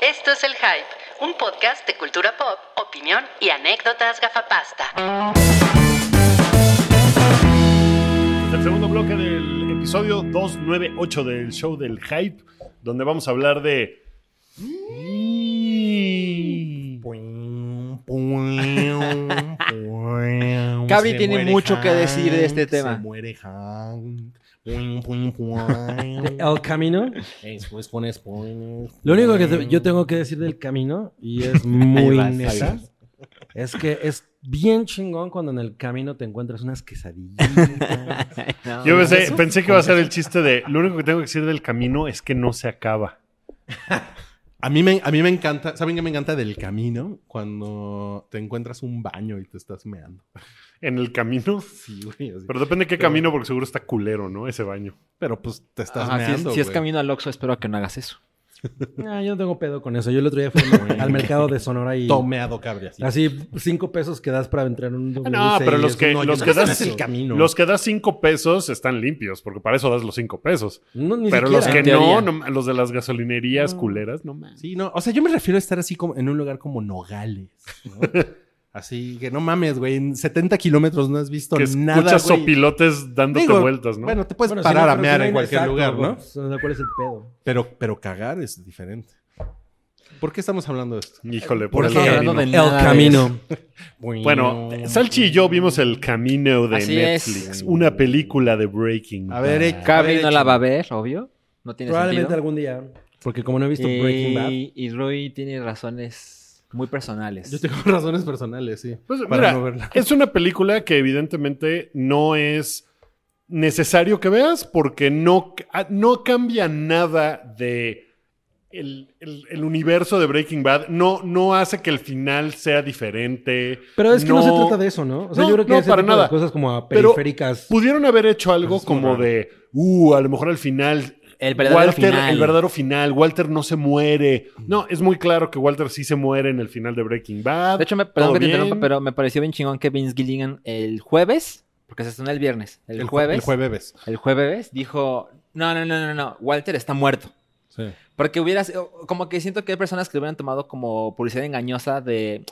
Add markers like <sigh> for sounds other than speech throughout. Esto es El Hype, un podcast de cultura pop, opinión y anécdotas gafapasta. El segundo bloque del episodio 298 del show del hype, donde vamos a hablar de... Cabri Cabri tiene mucho que decir de este tema. Se muere Hank. <laughs> El camino. Después con spoilers. Lo único que te- yo tengo que decir del camino, y <laughs> es muy vas, ahí neta, vas. es que es bien chingón cuando en el camino te encuentras unas <laughs> quesadillas. Yo pensé, pensé que iba a ser el chiste de... Lo único que tengo que decir del camino es que no se acaba. A mí, me, a mí me encanta, ¿saben qué me encanta del camino? Cuando te encuentras un baño y te estás meando. En el camino... Sí, güey. así. Pero depende de qué Pero- camino, porque seguro está culero, ¿no? Ese baño. Pero pues te estás Ajá, si es, meando, si es güey. camino al Oxxo, espero que no hagas eso. No, Ah, yo no tengo pedo con eso. Yo el otro día fui al- al mercado de Sonora y... Tomeado, Cabri. Así. Así, cinco pesos que das para entrar en un No, WC pero y los es que, un hoyo. los que Ese das... es el camino. Los que das cinco pesos están limpios, porque para eso das los cinco pesos. No, ni Pero siquiera. los que En teoría. no, no ma- los de las gasolinerías culeras, no mames. Sí, no. O sea, yo me refiero a estar así como en un lugar como Nogales. <laughs> ¿no? así que no mames, güey. En 70 kilómetros no has visto Que nada. escuchas güey. sopilotes dándote Digo, vueltas, ¿no? Bueno, te puedes Bueno, sí, parar no, a pero mear sí, en cualquier exacto, lugar, güey. ¿no? O sea, ¿Cuál es el pedo? Pero, pero cagar es diferente. ¿Por qué estamos hablando de esto? Híjole, por Porque el estamos hablando camino. de El nada de camino. Bueno, eh, Salchi y yo vimos El Camino de Así Netflix, es. una película de Breaking. A ver, eh, Bad. a Cabri ver, no eh, la va a ver, obvio. No tiene Probablemente sentido. Eh, algún día. Porque como no he visto Y- Breaking Bad... Y Rui tiene razones muy <laughs> personales. Yo tengo razones personales, sí. Pues, para mira, no verla. es una película que evidentemente no es necesario que veas porque no, ca- no cambia nada de el, el- el universo de Breaking Bad. No, no hace que el final sea diferente. Pero es que no, se trata de eso. eso, ¿no? O sea, No, yo creo que no, ese para tipo de nada. cosas como a Pero periféricas. Pudieron haber hecho algo como de, uh, a lo mejor al final. El verdadero Walter, final. El verdadero final. Walter no se muere. No, es muy claro que Walter sí se muere en el final de Breaking Bad. De hecho, me, perdón Todo que te bien. interrumpa, pero me pareció bien chingón que Vince Gilligan el jueves, porque se estrenó el viernes, el, ju- jueves, El jueves. el jueves dijo, no, no, no, no, no, Walter está muerto. Sí. Porque hubieras, eh, como que siento que hay personas que lo hubieran tomado como publicidad engañosa de,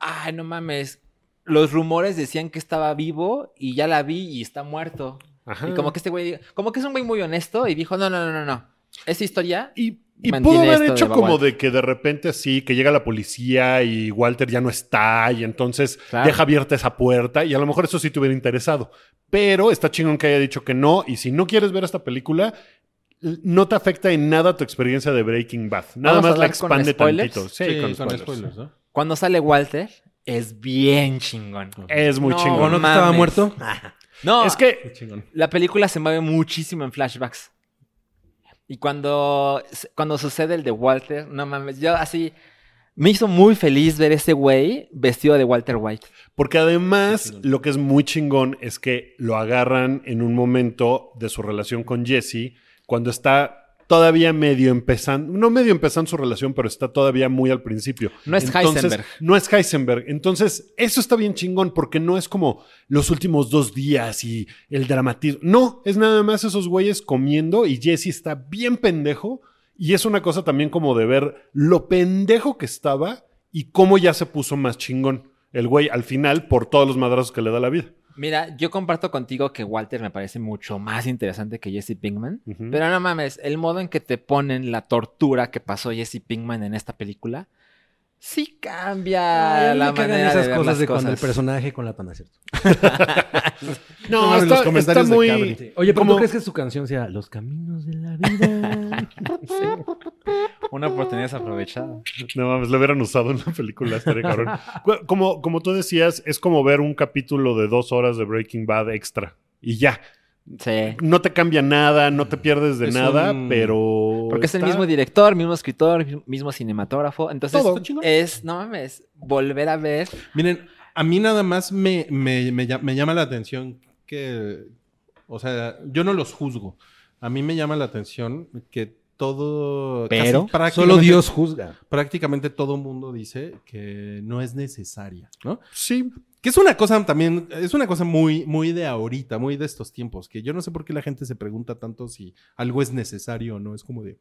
ay, no mames, los rumores decían que estaba vivo y ya la vi y está muerto. Ajá. Y como que este güey, como que es un güey muy honesto y dijo, no, no, no, no, no, esa historia, Y, y mantiene pudo haber esto hecho de como Walter. de que de repente así, que llega la policía y Walter ya no está y entonces Claro. deja abierta esa puerta y a lo mejor eso sí te hubiera interesado. Pero está chingón que haya dicho que no y si no quieres ver esta película, l- no te afecta en nada tu experiencia de Breaking Bad. Nada ¿Vamos a más la hablar con expande spoilers? tantito. Sí, Sí, con con spoilers. spoilers, ¿no? cuando sale Walter, es bien chingón. Es muy No, chingón. no ¿No que estaba mames. muerto? No, Es que La película se mueve muchísimo en flashbacks. Y cuando, cuando sucede el de Walter, no mames, yo así me hizo muy feliz ver ese güey vestido de Walter White. Porque además lo que es muy chingón es que lo agarran en un momento de su relación con Jesse, cuando está todavía medio empezando, no medio empezando su relación, pero está todavía muy al principio. No es Entonces, Heisenberg. No es Heisenberg. Entonces, eso está bien chingón porque no es como los últimos dos días y el dramatismo. No, es nada más esos güeyes comiendo y Jesse está bien pendejo. Y es una cosa también como de ver lo pendejo que estaba y cómo ya se puso más chingón el güey al final por todos los madrazos que le da la vida. Mira, yo comparto contigo que Walter me parece mucho más interesante que Jesse Pinkman. Ujú. Pero no mames, el modo en que te ponen la tortura que pasó Jesse Pinkman en esta película, sí cambia Ay, Ah, la me cagan manera esas de ver cosas las de cuando el cosas. personaje con la pana, ¿cierto? No, mames, está, los está comentarios de muy... Cabri. Oye, ¿pero como- tú crees que su canción sea Los caminos de <laughs> la vida? Una oportunidad aprovechada. No mames, lo hubieran usado en la película, estaría cabrón. Cu- Como, como tú decías, es como ver un capítulo de dos horas de Breaking Bad extra y ya. Sí. No te cambia nada, no te pierdes de Es nada, un- pero. Porque es el está- mismo director, mismo escritor, mi- mismo cinematógrafo. Entonces Todo. Está chingón. es, no mames, volver a ver. Miren, a mí nada más me, me- me lla- me llama la atención que, o sea, yo no los juzgo. A mí me llama la atención que todo... casi Pero prácticamente- Solo Dios juzga. Prácticamente todo mundo dice que no es necesaria, ¿no? Sí. Que es una cosa también, es una cosa muy, muy de ahorita, muy de estos tiempos, que yo no sé por qué la gente se pregunta tanto si algo es necesario o no. Es como de...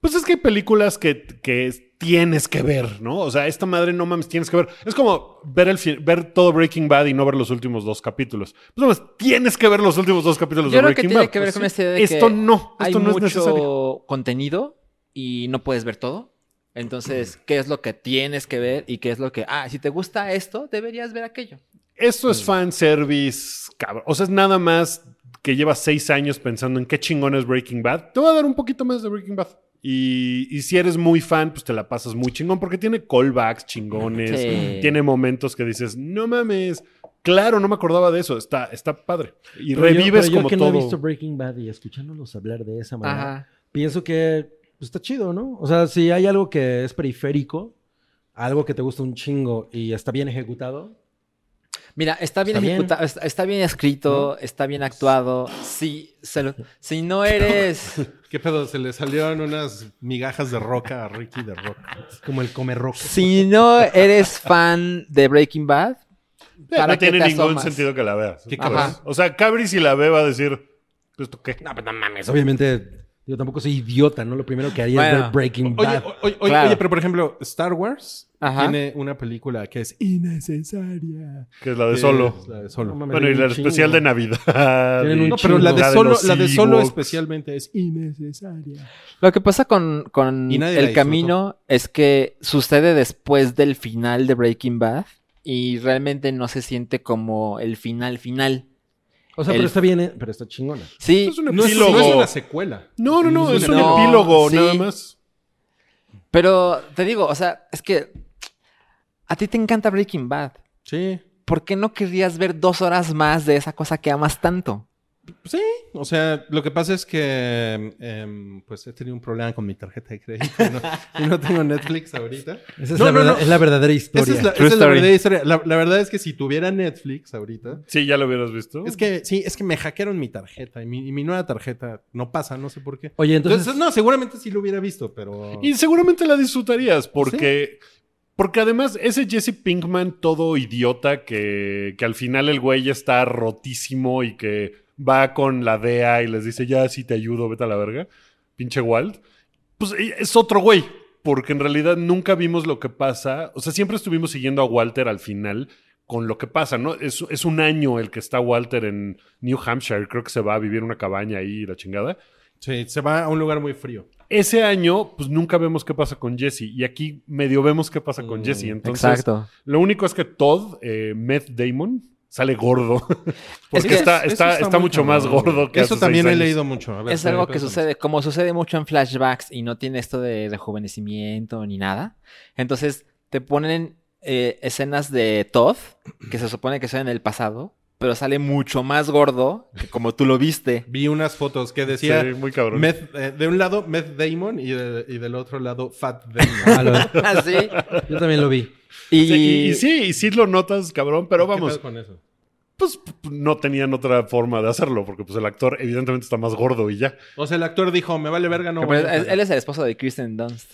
Pues es que hay películas que, que, tienes que ver, ¿no? O sea, esta madre no mames, tienes que ver. Es como ver, el, fi- ver todo Breaking Bad y no ver los últimos dos capítulos. Pues no mames, tienes que ver los últimos dos capítulos de Yo creo que Breaking tiene Bad. que ver Pues con sí. este de que Esto no, hay esto no es mucho necesario. contenido y no puedes ver todo. Entonces, ¿qué es lo que tienes que ver y qué es lo que... Ah, si te gusta esto, deberías ver aquello. Esto Mm. es fan service, cabrón. O sea, es nada más que llevas seis años pensando en qué chingón es Breaking Bad. Te voy a dar un poquito más de Breaking Bad. Y, y si eres muy fan, pues te la pasas muy chingón porque tiene callbacks chingones, Sí. tiene momentos que dices, no mames, claro, no me acordaba de eso, está, está padre. Y Pero yo- revives pero yo como que todo. Eh, no he visto Breaking Bad y escuchándolos hablar de esa manera, Ajá. pienso que pues, está chido, ¿no? O sea, si hay algo que es periférico, algo que te gusta un chingo y está bien ejecutado, Mira, está bien Está bien. ejecutado, está, está bien escrito, está bien actuado. Si, se lo- si no eres... <laughs> ¿Qué pedo? Se le salieron unas migajas de roca a Ricky de roca. es como el comer rock. si no eres fan de Breaking Bad, ¿para no qué tiene te ningún asomas? sentido que la veas. Qué Pues, cabrón. O sea, Cabri si la ve va a decir, ¿esto qué? No, pues no mames, obviamente yo tampoco soy idiota, ¿no? Lo primero que haría es Bueno. ver Breaking Oye, Bad. o- oye, oye, Claro. Ah. oye, pero por ejemplo, Star Wars Ajá. tiene una película que es innecesaria. Que es la de solo. Es la de solo. No mames, Bueno, y la tienen un especial chingo. de Navidad. Tienen un No, pero la de La los solo, la de solo Ewoks. especialmente es innecesaria. Lo que pasa con, con Y nadie la El disfrutó. Camino es que sucede después del final de Breaking Bad y realmente no se siente como el final final. O sea, el- pero está bien, eh, pero está chingona. Sí, Es un No es, epílogo. no es una secuela. No, no, no, es un No, epílogo sí. nada más. pero te digo, o sea, es que a ti te encanta Breaking Bad. Sí. ¿Por qué no querrías ver dos horas más de esa cosa que amas tanto? Sí, o sea, lo que pasa es que em, pues he tenido un problema con mi tarjeta de crédito y no, <laughs> y no tengo Netflix ahorita. Esa es, No, la, no, verdad- no. es la verdadera historia. Esa es la, esa True es la story. verdadera historia. La, la verdad es que si tuviera Netflix ahorita, Sí, ya lo hubieras visto. es que sí, es que me hackearon mi tarjeta y mi, y mi nueva tarjeta no pasa, no sé por qué. Oye, Entonces, entonces, no, seguramente sí lo hubiera visto, pero Y seguramente la disfrutarías porque... Porque además ese Jesse Pinkman todo idiota que, que al final el güey ya está rotísimo y que va con la DEA y les dice ya si te ayudo, vete a la verga, pinche Wald. Pues eh, es otro güey, porque en realidad nunca vimos lo que pasa. O sea, siempre estuvimos siguiendo a Walter al final con lo que pasa, ¿no? Es, es un año el que está Walter en New Hampshire, creo que se va a vivir en una cabaña ahí, la chingada. sí, se va a un lugar muy frío. ese año, pues nunca vemos qué pasa con Jesse. Y aquí medio vemos qué pasa con Mm, Jesse. Entonces, Exacto. lo único es que Todd, eh, Matt Damon, sale gordo. <laughs> Porque que está, Eso está, está muy mucho más cabrón. gordo que Eso hace también seis he años. leído mucho. A ver, Es algo espérame, que sucede, como sucede mucho en flashbacks y no tiene esto de rejuvenecimiento ni nada. Entonces te ponen eh, escenas de Todd, que se supone que son en el pasado, pero sale mucho más gordo que como tú <laughs> lo viste. Vi unas fotos que Sí, decía muy cabrón. Meth- eh, de un lado Meth Damon y, de- y del otro lado Fat Damon. Ah, lo- Así. yo también lo vi. Y, Sí, y, y sí, y sí lo notas, cabrón, <laughs> pero ¿Qué vamos, pedo con eso? pues p- no tenían otra forma de hacerlo, porque pues el actor evidentemente está más gordo y ya. O sea, el actor dijo, me vale verga, no. que voy por- a él, pagar". él es el esposo de Kirsten Dunst.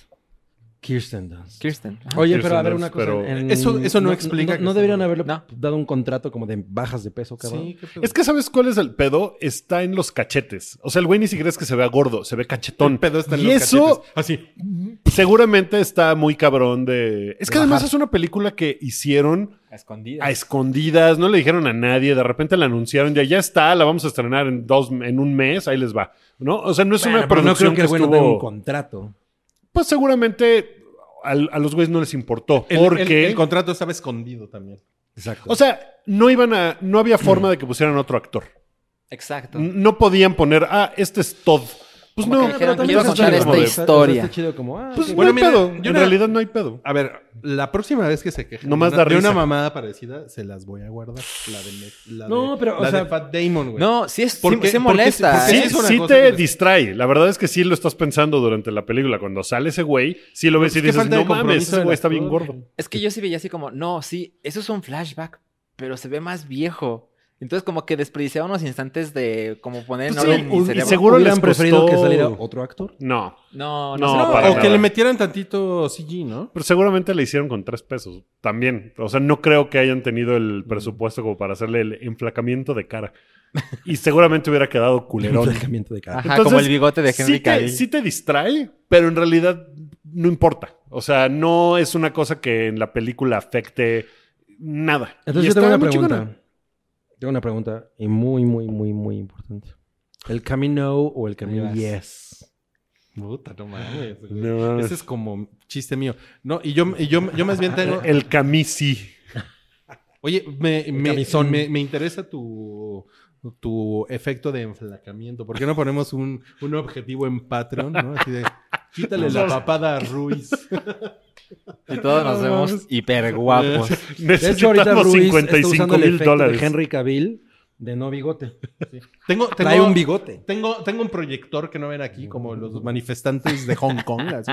Kirsten Dunst. Kirsten. ajá. Oye, Kirsten pero a ver Dunst, una cosa. pero- en- Eso- eso no explica No, que no sea deberían gordo. haberle No. dado un contrato como de bajas de peso, cabrón. Sí, qué pedo. Es que ¿sabes cuál es el pedo? Está en los cachetes. O sea, el güey ni siquiera es que se vea gordo, se ve cachetón. El pedo está en y los eso cachetes. Ah, Así. seguramente está muy cabrón de... Es que además Bajar. es una película que hicieron A escondidas. a escondidas, no le dijeron a nadie, de repente la anunciaron, ya, ya está, la vamos a estrenar en, dos, en un mes, ahí les va. ¿No? O sea, no es Bueno, una pero no producción creo que, que, el güey no estuvo- tenga un contrato. Pues seguramente al- a, los güeyes no les importó. El, porque... el- el contrato estaba escondido también. Exacto. o sea, no iban a... No había Mm. forma de que pusieran otro actor. Exacto. N- No podían poner, ah, este es Todd. Pues Como no. que dijeron, pero quiero también contar es esta como de- historia. Está chido como, ah, Pues qué Bueno, no hay mira, pedo. yo en no- realidad no hay pedo. A ver, la próxima vez que se quejen Nomás de una, da de una risa. mamada parecida, se las voy a guardar. La de Meth- la de- No, pero, o la sea- de Fat Damon, güey. No, sí, es, ¿Por sí- qué- sí por qué- molesta. por qué Sí, ¿eh? Ah, es una sí cosa te que- distrae. La verdad es que sí lo estás pensando durante la película. Cuando sale ese güey, sí lo ves y Qué dices, falta de no mames, compromiso ese del güey está bien actor. gordo. Es que yo sí veía así como, no, sí, eso es un flashback, pero se ve más viejo. Entonces como que desperdiciaba unos instantes de como poner en Pues sí, orden mi un- y cerebro. seguro hubieran les preferido costó- que saliera otro actor. No, No, No, no, No, no. para o nada. que le metieran tantito CG, ¿no? pero seguramente le hicieron con tres pesos también. O sea, no creo que hayan tenido el Mm. presupuesto como para hacerle el enflacamiento de cara. Y seguramente hubiera quedado <laughs> culerón. Enflacamiento de cara. Ajá, como el bigote de sí Henry te, Cavill. sí te distrae, pero en realidad no importa. O sea, no es una cosa que en la película afecte nada. Y Entonces yo está tengo una muy pregunta. chingona. Tengo una pregunta y muy, muy, muy, muy importante. ¿El camino o el camino vas. yes? Puta, no mames. güey. No mames. <laughs> Ese es como chiste mío. No, y yo, y yo, yo más bien <laughs> tengo. El camisi. Oye, me, me- camisón. me- me interesa tu, tu efecto de enflacamiento. ¿Por qué no ponemos un, un objetivo en Patreon? ¿no? Así de, quítale <laughs> la papada a Ruiz. Y todos nos vemos hiper guapos. De hecho, ahorita Necesitamos Ruiz está 55 usando el mil efecto dólares. de Henry Cavill de no bigote. Tengo, tengo, Trae un bigote. Tengo, tengo un proyector que no ven aquí, como los manifestantes de Hong Kong. <laughs> así.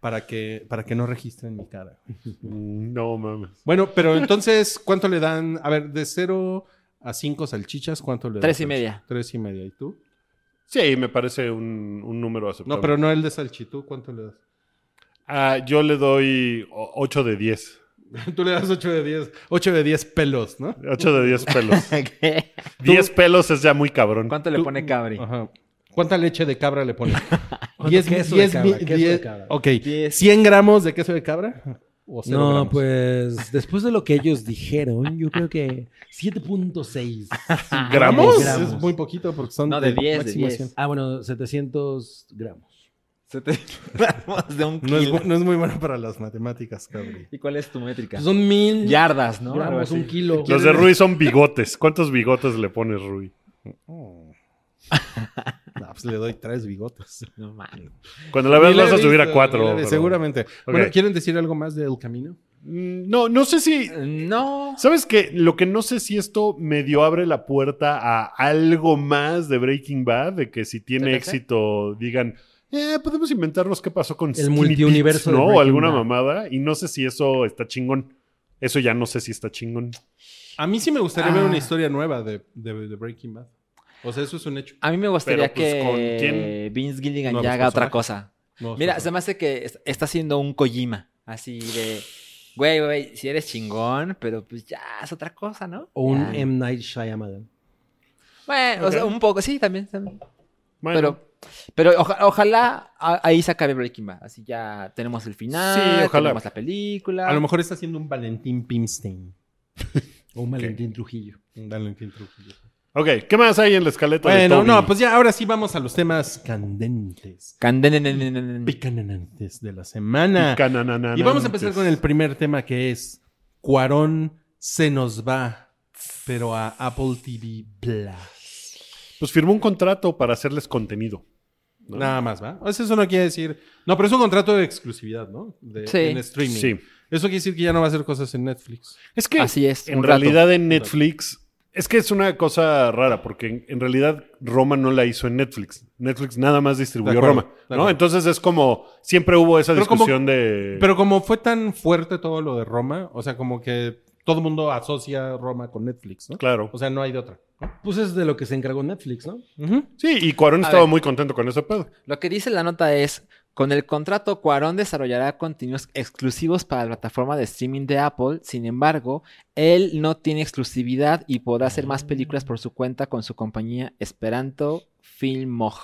Para que, para que no registren mi cara. Mm, No mames. Bueno, pero entonces, ¿cuánto le dan? A ver, de 0 a 5 salchichas, ¿cuánto le dan? Tres y media. Tres y media. ¿Y tú? Sí, me parece un, un número aceptable. No, pero no el de salchitú, ¿cuánto le das? <laughs> Ah, yo le doy 8 de 10. Tú le das 8 de 10. 8 de 10 pelos, ¿no? 8 de 10 <laughs> pelos. <laughs> ¿Qué? 10 pelos es ya muy cabrón. ¿Cuánto le Tú- pone Cabri? Ajá. ¿Cuánta leche de cabra le pones? <laughs> ¿Cuánto 10 queso de cabra? Queso de cabra. Ok. Diez. 100 gramos de queso de cabra. O cero No, gramos? pues después de lo que ellos dijeron, yo creo que 7.6. ¿Gramos? gramos. Es muy poquito porque son. No, de 10, de máximo 10. Ah, bueno, 700 gramos. Se te- <laughs> gramos de un No es, kilo. bu- no es muy bueno para las matemáticas, <laughs> cabri. ¿Y cuál es tu métrica? Pues son mil Yardas, ¿no? Algo gramos, así. un kilo. Los de Rui son bigotes. ¿Cuántos bigotes le pones, Rui? No, pues le doy tres bigotes. No mames. Cuando la veas Ni le vas he a subir a visto, cuatro. ni le- pero- Seguramente. Bueno, Ok. ¿quieren decir algo más del camino? Mm, No, no sé si. No. ¿Sabes qué? Lo que no sé si esto medio abre la puerta a algo más de Breaking Bad, de que si tiene ¿Te parece? éxito digan, eh, podemos inventarnos qué pasó con Skinny multiuniverso Dips", de ¿no? O Breaking alguna Bad. mamada. Y no sé si eso está chingón. Eso ya no sé si está chingón. A mí sí me gustaría Ah. ver una historia nueva de, de- de Breaking Bad. O sea, eso es un hecho. A mí me gustaría Pero, pues, que ¿con quién? Vince Gilligan No, ya pues, haga otra personaje. cosa. No, Mira, está- se me hace que es- está haciendo un Kojima. Así de, güey, güey, si eres chingón, pero pues ya es otra cosa, ¿no? O un em- Ya. M. Night Shyamalan. Bueno, o sea, Ok. un poco, sí, también. también. Bueno. Pero, pero oja- ojalá a- ahí se acabe Breaking Bad. Así ya tenemos el final, Sí, ojalá. tenemos la película. a lo mejor está haciendo un Valentín Pimstein. O un Valentín Trujillo. Un Valentín Trujillo. Ok, ¿qué más hay en la escaleta de Bueno, Toby? no, pues ya ahora sí vamos a los temas candentes, Candenenenenen. picanantes de la semana. Picananananantes. Y vamos a empezar con el primer tema que es Cuarón se nos va, pero a Apple TV Plus. Pues firmó un contrato para hacerles contenido. ¿no? Nada más, ¿va? O sea, eso no quiere decir. No, pero es un contrato de exclusividad, ¿no? De, Sí. En streaming. Sí. Eso quiere decir que ya no va a hacer cosas en Netflix. Es que Así es, en un rato. realidad en Netflix es que es una cosa rara porque en, en realidad Roma no la hizo en Netflix. Netflix nada más distribuyó De acuerdo, Roma, de ¿no? acuerdo. Entonces es como siempre hubo esa Pero como- discusión de Pero como fue tan fuerte todo lo de Roma, o sea, como que todo el mundo asocia Roma con Netflix, ¿no? claro. O sea, no hay de otra. Pues es de lo que se encargó Netflix, ¿no? Sí, y Cuarón A estaba ver. muy contento con ese pedo. Lo que dice la nota es, con el contrato Cuarón desarrollará contenidos exclusivos para la plataforma de streaming de Apple, sin embargo, él no tiene exclusividad y podrá hacer más películas por su cuenta con su compañía Esperanto Filmog.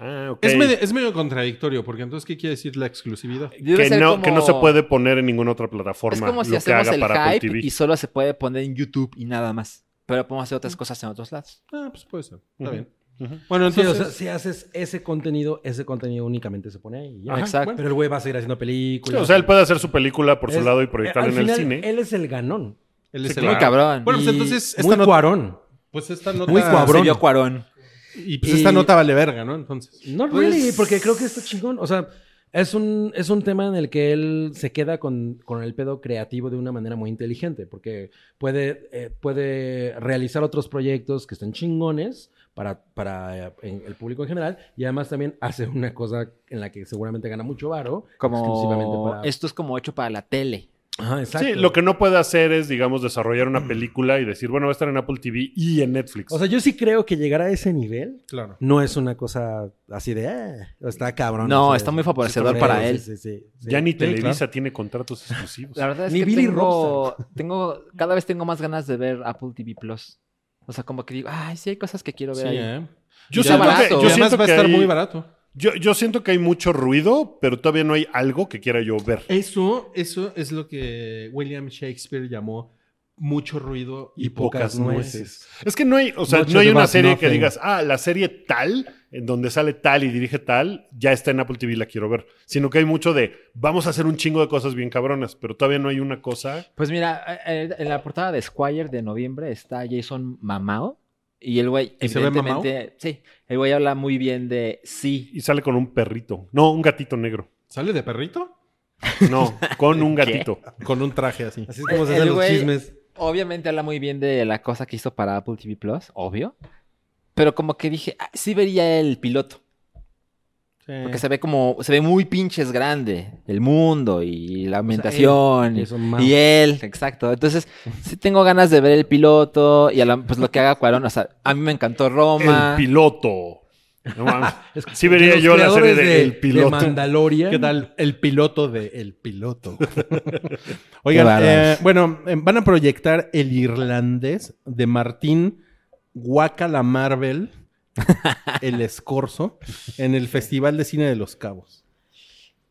Ah, ok. Es, medio, es medio contradictorio, porque entonces, ¿qué quiere decir la exclusividad? que no, que no se puede poner en ninguna otra Es plataforma como si lo que hacemos haga el para Apple hype TV. y solo se puede poner en YouTube y nada más. Pero podemos hacer otras cosas en otros lados. Ah, pues puede ser. Está Ujú. bien. Ujú. Bueno, Sí, o entonces. sea, si haces ese contenido, ese contenido únicamente se pone ahí. y ya. Ajá, Exacto. Pero el güey va a seguir haciendo Sí, películas. o sea, él puede hacer su película por su Es- lado y proyectarla al en el final, cine. Él es el ganón. él sí, es el claro. Muy cabrón. Bueno, pues Y entonces esta muy nota- cuarón. Pues esta nota. Muy Se cuabrón. vio Cuarón. Y pues Y- esta nota vale verga, ¿no? Entonces. No Pues- really, porque creo que está chingón. O sea, es un, es un tema en el que él se queda con, con el pedo creativo de una manera muy inteligente, porque puede, eh, puede realizar otros proyectos que estén chingones para, para eh, en- el público en general, y además también hace una cosa en la que seguramente gana mucho varo. exclusivamente Como... para... Esto es como hecho para la tele. Ajá, exacto. Sí, lo que no puede hacer es, digamos, desarrollar una película y decir, bueno, va a estar en Apple TV y en Netflix. O sea, yo sí creo que llegar a ese nivel Claro. no es una cosa así de... "Ah, está cabrón. No, O sea, está muy favorecedor sí, para sí, él. sí, sí, sí. ya ni Sí, Televisa tiene contratos <laughs> Pues, exclusivos. La verdad es Ni que Billy tengo, tengo, cada vez tengo más ganas de ver Apple TV Plus. O sea, como que digo, ay, sí hay cosas que quiero Sí, ver ahí. ¿eh? Yo Ya siento barato. que, Y yo además siento va a que estar ahí- muy barato. Yo, yo siento que hay mucho ruido, pero todavía no hay algo que quiera yo ver. Eso, eso es lo que William Shakespeare llamó mucho ruido y, pocas, nueces. Es que no hay, o sea, Mucho no hay una about serie que nothing. digas, ah, la serie tal, en donde sale tal y dirige tal, ya está en Apple TV, la quiero ver. Sino que hay mucho de, vamos a hacer un chingo de cosas bien cabronas, pero todavía no hay una cosa. Pues mira, eh, eh, en la portada de Squire de noviembre está Jason Mamao. Y el güey, ¿Y se ve evidentemente, sí, el güey habla muy bien de sí. Y sale con un perrito. No, un gatito negro. ¿Sale de perrito? No, con un gatito. Con un traje así. Así es como se El hacen los güey- chismes. Obviamente habla muy bien de la cosa que hizo para Apple TV Plus, obvio. Pero como que dije, ah, sí vería el piloto. Eh. Porque se ve como, se ve muy pinches grande el mundo y la ambientación. y- Jason Mao. y él, exacto. Entonces, sí tengo ganas de ver el piloto y a la- pues lo que haga Cuarón. O sea, a mí me encantó Roma. El piloto. No mames. Es- Sí vería los yo la serie creadores de El Piloto. Mandalorian. ¿Qué tal? El piloto de El <laughs> Piloto. Qué Oigan, bárbaros. eh, bueno, eh, van a proyectar El Irlandés de Martín Guacala <laughs> Marvel, El Escorzo, en el Festival de Cine de los Cabos.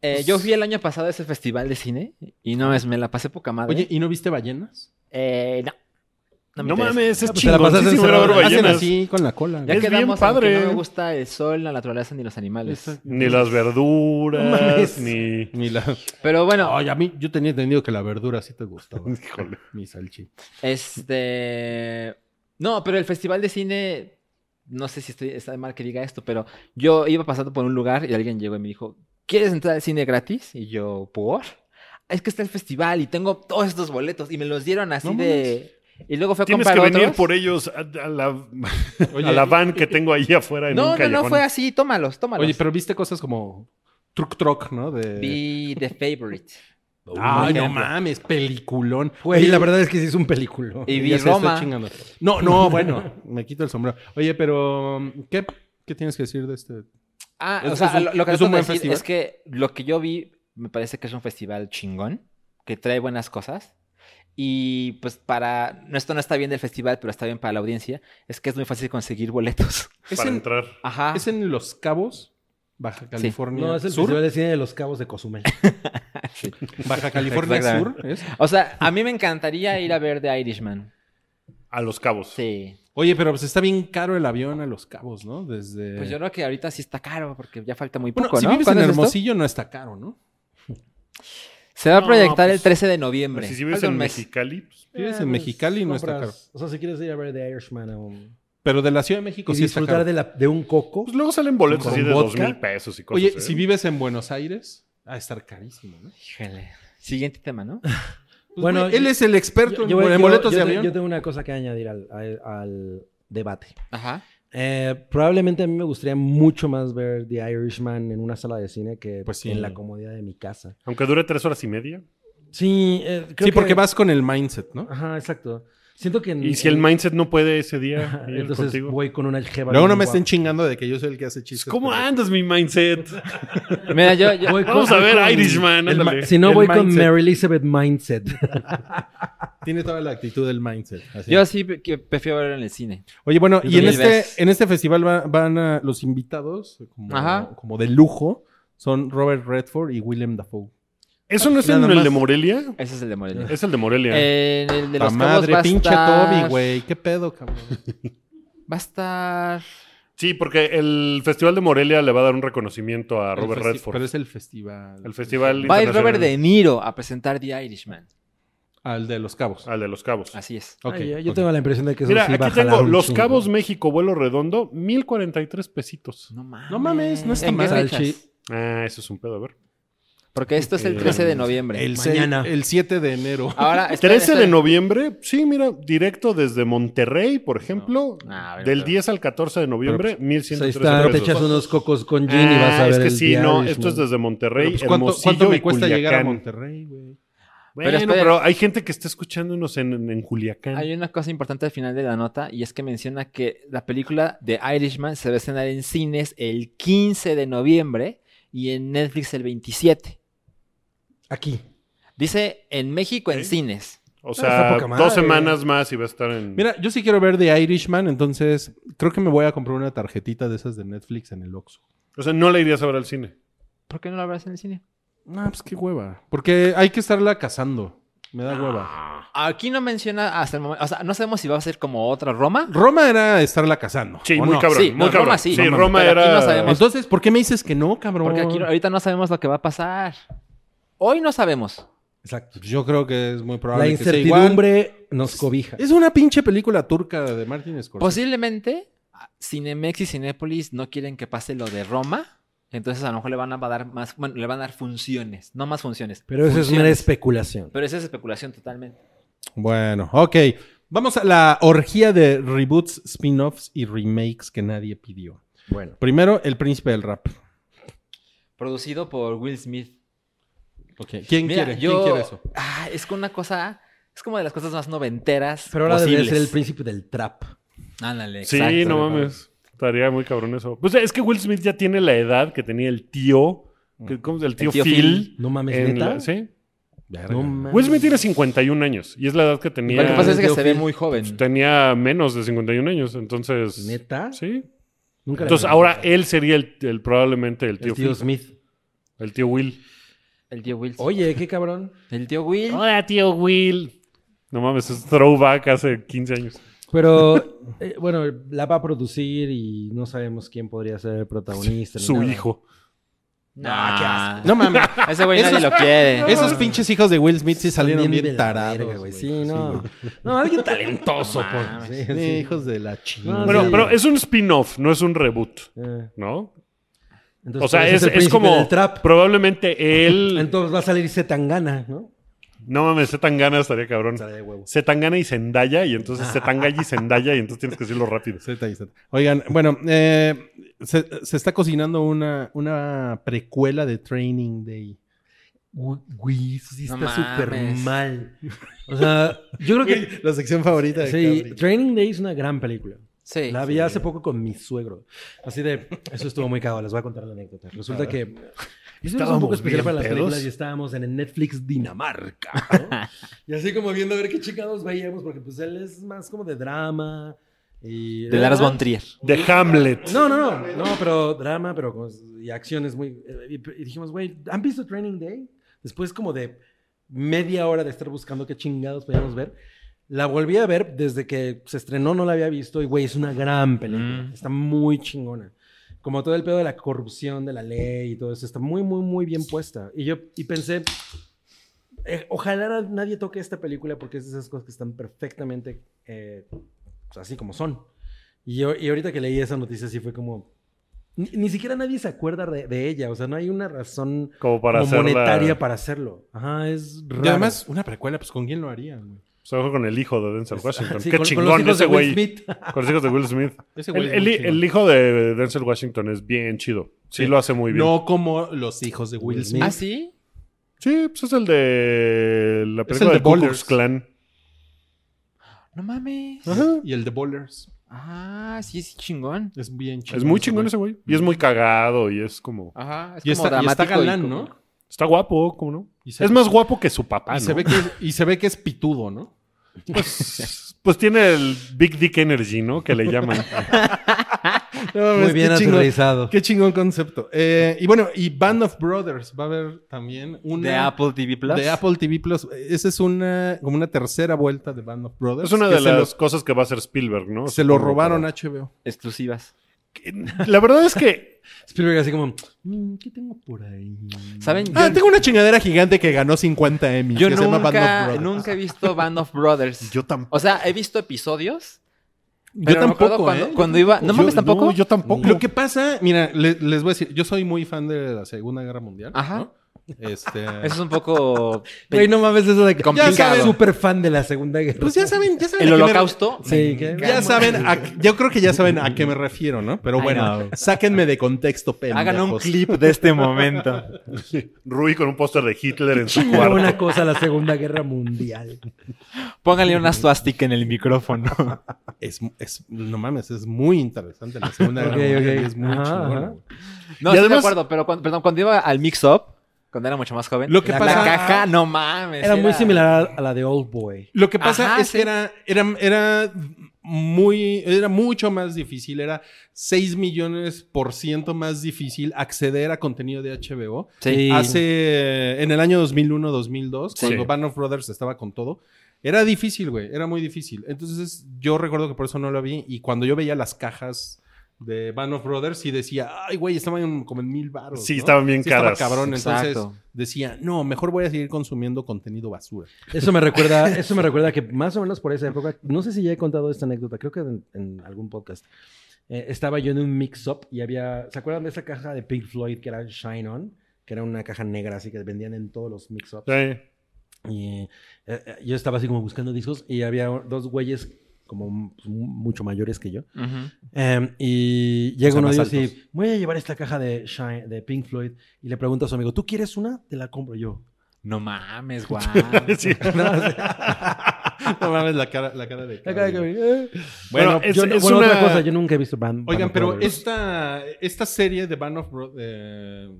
Eh, yo fui el año pasado a ese festival de cine y no es, me la pasé poca madre. Oye, ¿y no viste ballenas? Eh, no. No, me interesa. mames, es Ah, pues te la pasas chingoncísimo ir a encerrado. ver Hacen Hacen ballenas. así con la cola. Ya Es bien quedamos en padre. que no me gusta el sol, la naturaleza ni los animales. Ni las No verduras, mames. ni... Ni la- Pero bueno, Ay, a mí, yo tenía entendido que la verdura sí te gustaba. <laughs> Híjole. Mi salchi. Este. No, pero el festival de cine. No sé si estoy, está mal que diga esto, pero yo iba pasando por un lugar y alguien llegó y me dijo: ¿Quieres entrar al cine gratis? Y yo, ¿por? "Ah, Es que está el festival y tengo todos estos boletos y me los dieron así No de. Y luego fue a Tienes comprar que venir otros. por ellos a, a la, <laughs> Oye, eh, a la van que tengo ahí afuera en un No, no, no callejón. fue así, tómalos, tómalos. Oye, pero viste cosas como Truck Truck, ¿no? De... Vi The Favorite. Ay, Por no ejemplo. mames, peliculón. Güey, la verdad es que sí es un película. Y Ya vi se está Roma. chingando. No, <laughs> no, bueno, me quito el sombrero. Oye, pero um, ¿qué, qué tienes que decir de este? Ah, Es o que sea, es un- lo, lo que es un trato de buen decir festival. es que lo que yo vi me parece que es un festival chingón, que trae buenas cosas. Y pues para, no, esto no está bien del festival, pero está bien para la audiencia, es que es muy fácil <laughs> conseguir boletos. ¿Es Para en, Ah. entrar. Ajá. es en Los Cabos, Baja California No, es el Sur? Festival de Cine de los Cabos de Cozumel. Baja California Sur. Exactamente. ¿es? O sea, a mí me encantaría ir a ver The Irishman. A los cabos. Sí. Oye, pero pues está bien caro el avión a Los Cabos, ¿no? Desde... Pues yo creo que ahorita sí está caro, porque ya falta muy Eh. Bueno, poco, si ¿no? vives en ¿Cuándo es esto? Hermosillo no está caro, ¿no? Se va a No, proyectar el pues, 13 de noviembre. Si si vives Falta un en mes. Mexicali, pues, Vives Eh, en pues, Mexicali y no está caro. compras- O sea, si quieres ir a ver The Irishman a un- Pero de la Ciudad de y México sí está disfrutar caro. de, la- de un coco, pues luego salen boletos ¿Con así de dos vodka? mil pesos y cosas. Oye, ¿eh? si vives en Buenos Aires, va a estar carísimo, ¿no? Híjole. Siguiente tema, ¿no? Bueno, bueno, él yo- es el experto yo, yo- en yo- boletos yo de te- avión. yo tengo una cosa que añadir al, al- al debate. Ajá. Eh, probablemente a mí me gustaría mucho más ver The Irishman en una sala de cine que Pues sí. en la comodidad de mi casa. Aunque dure tres horas y media. Sí, eh, creo Sí, porque que- Ah, vas con el mindset, ¿no? Ajá, exacto. Siento que... en- Y si el en- mindset no puede ese día Mm, Ajá, ir Entonces contigo. voy con una jeva. Luego no bien me estén guapa. chingando de que yo soy el que hace chistes. ¿Cómo pero- andas mi mindset? Mira, yo, yo- <laughs> Voy Vamos con- a voy ver con- Irishman, el ándale. ma- Si no, El voy con mindset. Mary Elizabeth <laughs> Mindset. Tiene toda la actitud del mindset. así. yo sí pre- que prefiero verlo en el cine. Oye, bueno, Yo y en mil este, veces. en este festival va- van a los invitados Ajá. como, como de lujo. Son Robert Redford y Willem Dafoe. ¿Eso no es Nada en el más. de Morelia? Ese es el de Morelia. Es el de Morelia. En el de La los cabos va madre, a pinche estar- Toby, güey. ¿Qué pedo, cabrón? Va a estar. Sí, porque el Festival de Morelia le va a dar un reconocimiento a El Robert festi- Redford. Pero es el festival. El festival- Va a ir Internacional. Robert De Niro a presentar The Irishman. Al de Los Cabos. Al de Los Cabos. Así es. Ok, Ay, yo yo ok. tengo la impresión de que eso Mira, sí va a aquí jalar tengo un Los chingo. Cabos, México, vuelo redondo, 1043 pesitos. No mames. No mames, no está ¿En mal. qué fechas? Salchi. Ah, eso es un pedo, a ver. Porque esto es Eh, el 13 de noviembre. El, Mañana. seis- el 7 de enero. Ah, Ah, Ahora, 13 de noviembre, sí, mira, directo desde Monterrey, por ejemplo, Ah, bueno, del pero- 10 al 14 de noviembre, O sea, ahí está, 1113 te echas pesos. unos cocos con gin y vas a Ah, ver es que el sí, The no, Irishman. esto es desde Monterrey, Pero, pues, ¿cuánto, Hermosillo cuánto me y cuesta Culiacán. Mm. llegar a Monterrey, güey? Bueno, Pero pero, espera. hay gente que está escuchándonos en, en- en Culiacán. Hay una cosa importante al final de la nota y es que menciona que la película de Irishman se va a estrenar en cines el 15 de noviembre y en Netflix el 27. Aquí. Dice en México en Ok. cines. O está sea, poca madre. ¿eh? dos semanas más y va a estar en... Mira, yo sí quiero ver The Irishman, entonces creo que me voy a comprar una tarjetita de esas de Netflix en el Oxxo. O sea, no la irías a ver al cine. ¿Por qué no la verás en el cine? Ah, pues qué hueva. Porque hay que estarla cazando. Me da Ah. hueva. Aquí no menciona hasta el momento. O sea, no sabemos si va a ser como otra Roma. Roma era estarla cazando. Sí, ¿o muy no? cabrón. Sí, muy no, cabrón. Roma sí. sí, No, Roma pero aquí era. no sabemos. Entonces, ¿por qué me dices que no, cabrón? Porque aquí no- ahorita no sabemos lo que va a pasar. Hoy no sabemos. Exacto. Yo creo que es muy probable La que sea igual. incertidumbre nos cobija. Pues Es una pinche película turca de Martin Scorsese. Posiblemente a- Cinemex y Cinépolis no quieren que pase lo de Roma. Entonces a lo mejor le van a dar más, bueno, le van a dar funciones, no más funciones. Pero eso es Funciones. mera especulación. Pero esa es especulación totalmente. Bueno, ok. Vamos a la orgía de reboots, spin-offs y remakes que nadie pidió. Bueno. Primero, El Príncipe del Rap. Producido por Will Smith. ¿Quién, Mira, quiere? yo- ¿Quién quiere eso? Ah, es como una cosa, es como de las cosas más noventeras. Pero ahora debe posibles. ser el príncipe del trap. Ándale, Sí, exacto. no mames. Estaría muy cabrón eso. Pues es que Will Smith ya tiene la edad que tenía el tío. que- ¿Cómo se llama? El tío, tío Phil. Phil. No mames, en neta. la- sí. No mames. Will Smith tiene 51 años y es la edad que tenía. Lo que pasa es que Tío se ve Phil. muy joven. Tenía menos de 51 años, entonces. ¿Neta? Sí. Nunca la Entonces vi. ahora él sería el, el- probablemente el El tío, tío Phil, Smith. el tío Will. El tío Will. Oye, qué cabrón. El tío Will. Hola, tío Will. No mames, es throwback hace 15 años. <laughs> Pero, eh, bueno, la va a producir y no sabemos quién podría ser el protagonista. ni Su nada. hijo. No, No <laughs> mames. Ese güey nadie Esos- lo quiere. Esos pinches hijos de Will Smith sí salieron También bien, de la tarados. verga, güey. güey. Sí, no. <laughs> No, alguien talentoso, por. <laughs> Sí, Sí, sí. Hijos de la chingada. No, Bueno, Ah, sí. pero es un spin-off, no es un reboot, Eh, ¿no? entonces, O sea, por eso es, el es príncipe como del trap. probablemente él. Entonces va a salir Zetangana, ¿no? No mames, Zetangana estaría cabrón. de huevo. Zetangana y Zendaya, y <laughs> entonces Zetangaya y Zendaya, y entonces tienes que decirlo rápido. Zeta y Zeta. Oigan, bueno, eh, se, se está cocinando una, una precuela de Training Day. Güey, eso sí No está súper mames. mal. O sea, yo creo <laughs> que. La sección favorita de Sí, Cabri. Training Day es una gran película. Sí. La vi hace poco con mi suegro. Así de, eso estuvo muy cagado, les voy a contar la anécdota. Resulta que estábamos un Estábamos poco especial bien para las pedos. películas y estábamos en el Netflix Dinamarca. <laughs> ¿no? y así como viendo a ver qué chingados veíamos, porque pues él es más como de drama. Y, De Lars von Trier. De Hamlet. No, no, no, no, pero drama, pero con- y acciones muy... eh, Y y dijimos, güey, ¿han visto Training Day? Después como de media hora de estar buscando qué chingados podíamos ver. La volví a ver desde que se estrenó, no la había visto. Y, güey, es una gran película. Mm. Está muy chingona. Como todo el pedo de la corrupción, de la ley y todo eso. Está muy, muy, muy bien puesta. Y yo y pensé, eh, ojalá na- nadie toque esta película porque es de esas cosas que están perfectamente eh, pues, así como son. Y, yo- y ahorita que leí esa noticia, sí fue como... Ni, ni siquiera nadie se acuerda de, de ella. O sea, no hay una razón Como para como hacer monetaria la... para hacerlo. Ajá, es raro. Y además, una precuela, pues ¿con quién lo harían? güey? Se bajó con el hijo de Denzel Washington. Sí, Qué con- con chingón los hijos ese de güey. Will Smith. Con los hijos de Will <laughs> Smith. Ese güey El, es muy el- chingón. el hijo de Denzel Washington es bien chido. Sí, Sí. lo hace muy bien. No como los hijos de Will Will Smith. ¿Ah, sí? Sí, pues es el de la película de de Ku Klux Boulders. Klan. No mames. Ajá. Y el de Bowlers. Ah, sí, sí, chingón. Es bien chingón. Es muy chingón ese güey. Y es muy cagado y es como... Ajá. Es Y como está, y está dramático y galán, como- ¿no? Está guapo, ¿cómo no? Y se- Es más guapo que su papá, y, se ¿no? ve que es, y se ve que es pitudo, ¿no? Pues, <laughs> pues tiene el Big Dick Energy, ¿no? Que le llaman. Muy bien aterrizado. Qué chingón concepto. Eh, y bueno, y Band of Brothers va a haber también una... De Apple TV Plus. De Apple TV Plus. Esa es una, como una tercera vuelta de Band of Brothers. es una que de se las los- cosas que va a hacer Spielberg, ¿no? se lo Supongo, robaron pero- a HBO. Exclusivas. La verdad es que... Spielberg así como, "Mm, ¿qué tengo por ahí? ¿Saben? Ah, Yo, tengo una chingadera gigante que ganó 50 Emmy. yo que se llama Band of nunca, Brothers. nunca he visto Band of Brothers. Yo tampoco. O sea, he visto episodios. Yo pero me tampoco, acuerdo cuando, ¿eh? cuando iba... ¿No Yo- mames tampoco? no, yo tampoco. Lo que pasa, mira, le- les voy a decir, yo soy muy fan de la Segunda Guerra Mundial. Ajá. ¿no? Este, Eso es un poco... Güey, no mames eso de que Complicado. Ya saben, súper fan de la Segunda Guerra. pues ya saben, ya saben. El a qué me- holocausto. Sí, que- Ya saben, a- yo creo que ya saben a qué me refiero, ¿no? Pero I bueno, know. sáquenme de contexto, pendejos. Hagan <laughs> un clip de este momento. <laughs> Rui con un póster de Hitler en su Fue cuarto. una cosa la Segunda Guerra Mundial. Pónganle una swastika en el <laughs> micrófono. Es, es- no mames, es muy interesante la Segunda Guerra Ok, Mundial. ok. y Es muy Ajá, chingona, ajá. güey. No, Y sí además- me acuerdo, pero cuando, perdón, cuando iba al mix-up, cuando era mucho más joven. Lo que la, pasa- caja, no mames. Era muy similar a la de Old Boy. Lo que pasa Ajá, es sí. que era, era, era muy, era mucho más difícil, era 6 millones por ciento más difícil acceder a contenido de HBO. Sí. Hace, en el año 2001-2002, Sí. cuando Band of Brothers estaba con todo, era difícil, güey, era muy difícil. Entonces yo recuerdo que por eso no lo vi y cuando yo veía las cajas de Band of Brothers sí decía, ay, güey, estaban en- como en mil baros. Sí, estaban bien caras. cabrón, Exacto. entonces decía, no, mejor voy a seguir consumiendo contenido basura. <laughs> Eso me recuerda, eso me recuerda que más o menos por esa época, no sé si ya he contado esta anécdota, creo que en, en algún podcast. eh, estaba yo en un mix-up y había, ¿se acuerdan de esa caja de Pink Floyd que era Shine On? Que era una caja negra así que vendían en todos los mix-ups. Sí. Y eh, eh, yo estaba así como buscando discos y había dos güeyes como pues, mu- mucho mayores que yo. Ujú. Em, y llega O sea, uno de más ellos y voy a llevar esta caja de, Shine, de Pink Floyd y le pregunta a su amigo, ¿tú quieres una? Te la compro yo. No <laughs> mames, guau. Sí. No mames la cara, la cara de... La cara que- cabrón. eh. Bueno, Bueno, es- yo no- es bueno, otra una- cosa, yo nunca he visto Band. Oigan, Band of pero Brothers. esta, esta serie de Band of Brothers...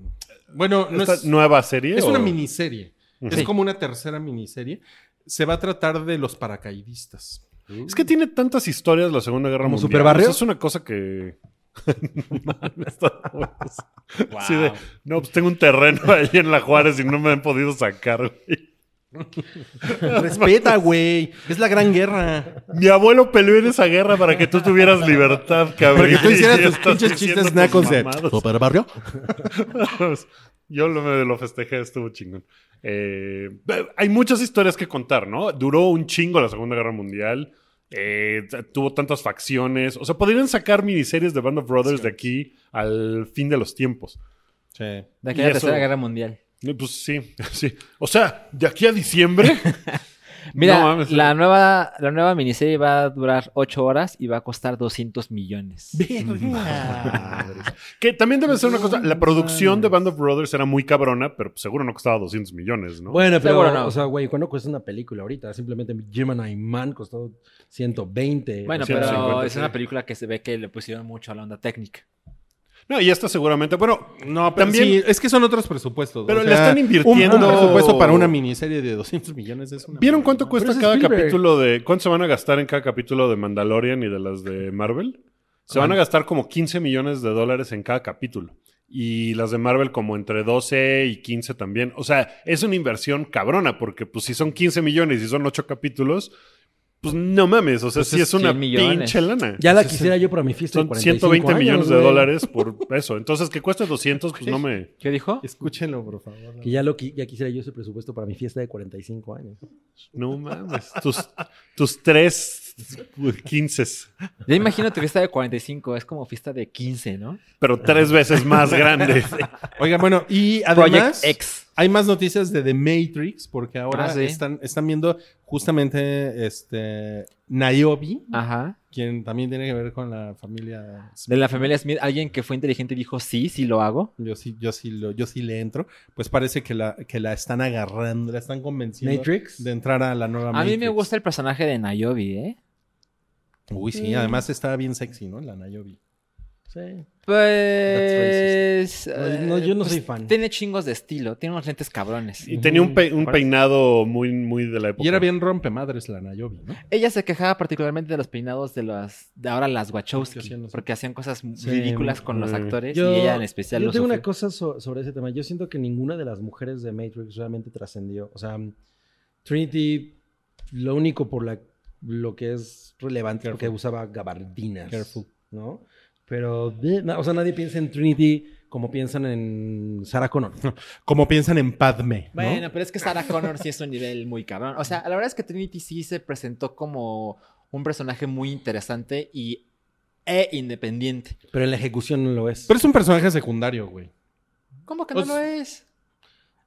bueno, no ¿Esta es, nueva serie? es una o- miniserie. Ujú. Es como una tercera miniserie. Se va a tratar de <laughs> los paracaidistas. Es que tiene tantas historias la Segunda Guerra ¿Como Mundial. Superbarrio? O sea, es una cosa que. No mames, está bueno. Así de, no, pues tengo un terreno <laughs> ahí en La Juárez y no me han podido sacar, güey. Respeta, güey. Es la gran guerra. <laughs> Mi abuelo peleó en esa guerra para que tú tuvieras libertad, cabrón. Porque tú Y hicieras tus estás pinches diciendo chistes tus nacos eh. de mamadas. superbarrio. <laughs> Yo lo, me lo festejé, estuvo chingón. Eh, hay muchas historias que contar, ¿no? Duró un chingo la Segunda Guerra Mundial. eh, t- tuvo tantas facciones. O sea, podrían sacar miniseries de Band of Brothers de aquí al fin de los tiempos. Sí. De aquella Y eso- tercera guerra mundial. Eh, Pues sí, <laughs> sí. O sea, de aquí a diciembre. <laughs> Mira, No mames. la, nueva, la nueva miniserie va a durar 8 horas y va a costar 200 millones. que también debe ser una cosa. La producción de Band of Brothers era muy cabrona, pero seguro no costaba 200 millones, ¿no? Bueno, pero, Seguro no. o sea, güey, ¿cuánto cuesta una película ahorita? Simplemente Gemini Man costó 120. Bueno, O sea, pero 150, es sí. una película que se ve que le pusieron mucho a la onda técnica. No, y esta seguramente. Bueno, No, pero También- sí, es que son otros presupuestos. Pero o le sea, están invirtiendo- Un, un presupuesto para una miniserie de 200 millones es una ¿Vieron cuánto mamada. cuesta es cada Spielberg. capítulo de. ¿Cuánto se van a gastar en cada capítulo de Mandalorian y de las de Marvel? Se van a gastar como 15 millones de dólares en cada capítulo. Y las de Marvel como entre 12 y 15 también. O sea, es una inversión cabrona, porque pues si son 15 millones y son 8 capítulos, pues no mames. O sea, Pues sí es es una 100 millones. pinche lana. ya la quisiera yo para mi fiesta. de Son 45 120 años, millones de güey. dólares por eso. Entonces, que cueste 200, pues no me... ¿Qué dijo? Escúchenlo, por favor. Que ya, lo, qui- ya quisiera yo ese presupuesto para mi fiesta de 45 años. No mames. Tus, tus tres 15 Ya imagino tu fiesta de 45, es como fiesta de 15, ¿no? pero tres veces más <laughs> grande. Oigan, bueno, y además... Project X. Hay más noticias de The Matrix, porque ahora Ah, sí. están, están viendo justamente este Niobe, Ajá. quien también tiene que ver con la familia. De la familia Smith, alguien que fue inteligente y dijo, sí, sí lo hago. Yo sí, yo sí lo, yo sí le entro. Pues parece que la, que la están agarrando, la están convenciendo Matrix. de entrar a la nueva A Matrix. mí me gusta el personaje de Nayobi, ¿eh? Uy, sí, además está bien sexy, ¿no? La Niobe. Sí. Pues... racist. eh, No, yo no pues, soy fan. Tiene chingos de estilo, tiene unos lentes cabrones. Y tenía un, pe- un peinado muy, muy de la época. Y era bien rompemadres la Niobe, ¿no? Ella se quejaba particularmente de los peinados de las de ahora las Wachowski, Porque hacían los- porque hacían cosas Sí. ridículas con los Mm. actores Yo- y ella en especial Yo lo tengo una sufrió. cosa so- sobre ese tema. Yo siento que ninguna de las mujeres de Matrix realmente trascendió. O sea, mm, Trinity, lo único por la, lo que es relevante es porque Careful. usaba gabardinas. Careful. ¿No? Pero, de- na- o sea, nadie piensa en Trinity como piensan en Sarah <laughs> Connor. Como piensan en Padme. ¿no? Bueno, pero es que Sarah Connor sí es un nivel muy cabrón. O sea, la verdad es que Trinity sí se presentó como un personaje muy interesante y e independiente. Pero en la ejecución no lo es. Pero es un personaje secundario, güey. ¿Cómo que no O sea- lo es?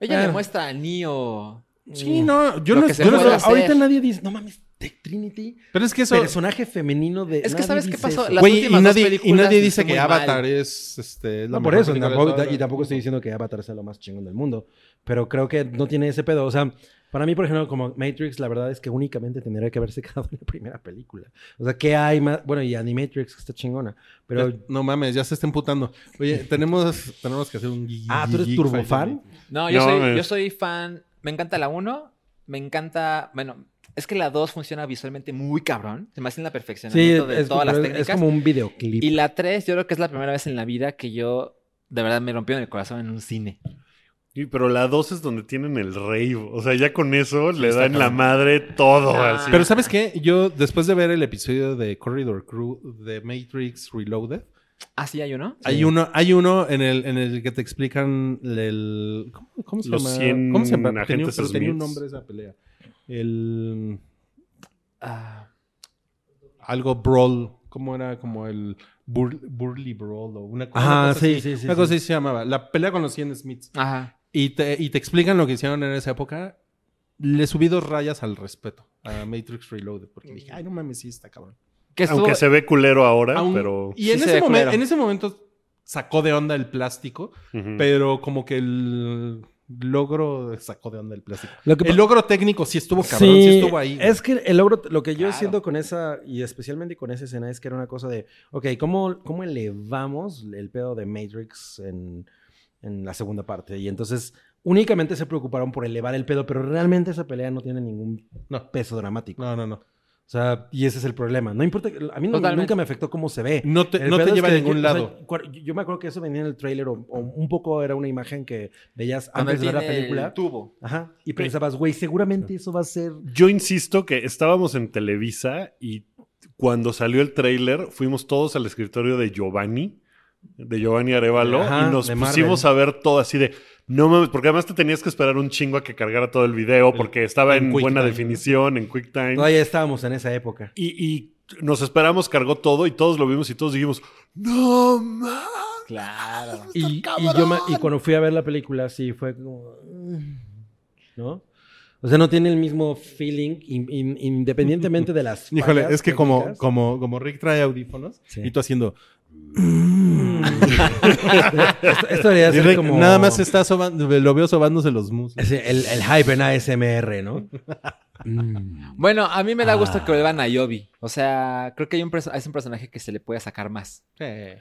Ella le Bueno. muestra a Neo. Sí, no, yo Mm. Lo no, que se yo no- puede hacer. ahorita nadie dice, no mames, de Trinity, Pero es que eso. personaje femenino de. Es que nadie ¿sabes qué dice pasó? eso. Las Güey, y últimas dos nadie, y películas nadie les dice fue que muy Avatar mal. es. Este, la No, por mejor eso, película de tampoco- toda la- y tampoco estoy diciendo que Avatar sea lo más chingón del mundo, pero creo que no tiene ese pedo. O sea, Para mí, por ejemplo, como Matrix, la verdad es que únicamente tendría que haberse <laughs> quedado en la primera película. O sea, ¿qué hay más? Bueno, y Animatrix, que está chingona. Pero, Pues, Eh, No mames, ya se está emputando. <laughs> Oye, tenemos, tenemos que hacer un gui- Ah, ¿tú eres geek turbofan? fight. No, yo, No, soy, mames. yo soy fan. Me encanta la 1. Me encanta. Bueno, es que la 2 funciona visualmente muy cabrón. Se me hace la sí, perfeccionamiento de es, todas las pero es- técnicas. es como un videoclip. Y la 3, yo creo que es la primera vez en la vida que yo. De verdad me rompió el corazón en un cine. Sí, pero la 2 es donde tienen el rave. O sea, ya con eso le está dan la cabrón. madre todo. Ah. así. Pero ¿sabes qué? Yo, después de ver el episodio de Corridor Crew de Matrix Reloaded, Ah, sí, hay uno. hay uno, hay uno en el, en el que te explican el... ¿Cómo, cómo se Los llama? 100 ¿Cómo se llama? Tenía- agentes pero tenía un Smiths. nombre esa pelea. El... Ah, algo brawl, ¿cómo era? Como el bur- Burly Brawl o una cosa, Ajá, una cosa sí, así. sí, sí, Una sí. cosa así se llamaba, la pelea con los 100 Smiths. ajá. Y te, y te explican lo que hicieron en esa época. Le subí dos rayas al respeto a Matrix Reloaded porque dije, ay, no mames, sí está cabrón. Que estuvo- Aunque se ve culero ahora, Aún- pero. Y Sí en, se ese ve momen- culero. en ese momento sacó de onda el plástico, Ujú. pero como que el logro sacó de onda el plástico. Lo que pa- El logro técnico sí estuvo cabrón, sí, estuvo ahí. güey. Es que el logro, lo que yo Claro. siento con esa, y especialmente con esa escena, es que era una cosa de, ok, ¿cómo, cómo elevamos el pedo de Matrix en, en la segunda parte? Y entonces únicamente se preocuparon por elevar el pedo, pero realmente esa pelea no tiene ningún No. peso dramático. No, no, no. O sea, y ese es el problema. No importa, que- a mí no- Totalmente. nunca me afectó cómo se ve. No te, El no te pedo es lleva a que- ningún o sea, lado. cua- yo me acuerdo que eso venía en el tráiler o, o un poco era una imagen que veías cuando antes de ver la tiene el película. tubo. Ajá. Y pensabas, güey, seguramente eso va a ser Yo insisto que estábamos en Televisa y cuando salió el tráiler fuimos todos al escritorio de Giovanni, de Giovanni Arevalo, Ajá, y nos de pusimos a ver todo así de, no mames, porque además te tenías que esperar un chingo a que cargara todo el video porque estaba en en, Quick buena Time, ¿no? definición, en QuickTime. Todavía estábamos en esa época. Y, y nos esperamos, cargó todo y todos lo vimos y todos dijimos, no mames. Claro. Y, y yo me- y cuando fui a ver la película, sí, fue como... "Mm", ¿No? O sea, no tiene el mismo feeling in- in- independientemente de las... <laughs> Híjole, fallas es que como, técnicas. como, como Rick trae audífonos Sí. y tú haciendo. <laughs> esto, esto debería Y ser Rick como... Nada más está sobando, lo veo sobándose los muslos. es el, el hype en <laughs> ASMR, ¿no? Mm. Bueno, a mí me da gusto Ah. que vuelvan a Yobi. O sea, creo que hay un perso- es un personaje que se le puede sacar más.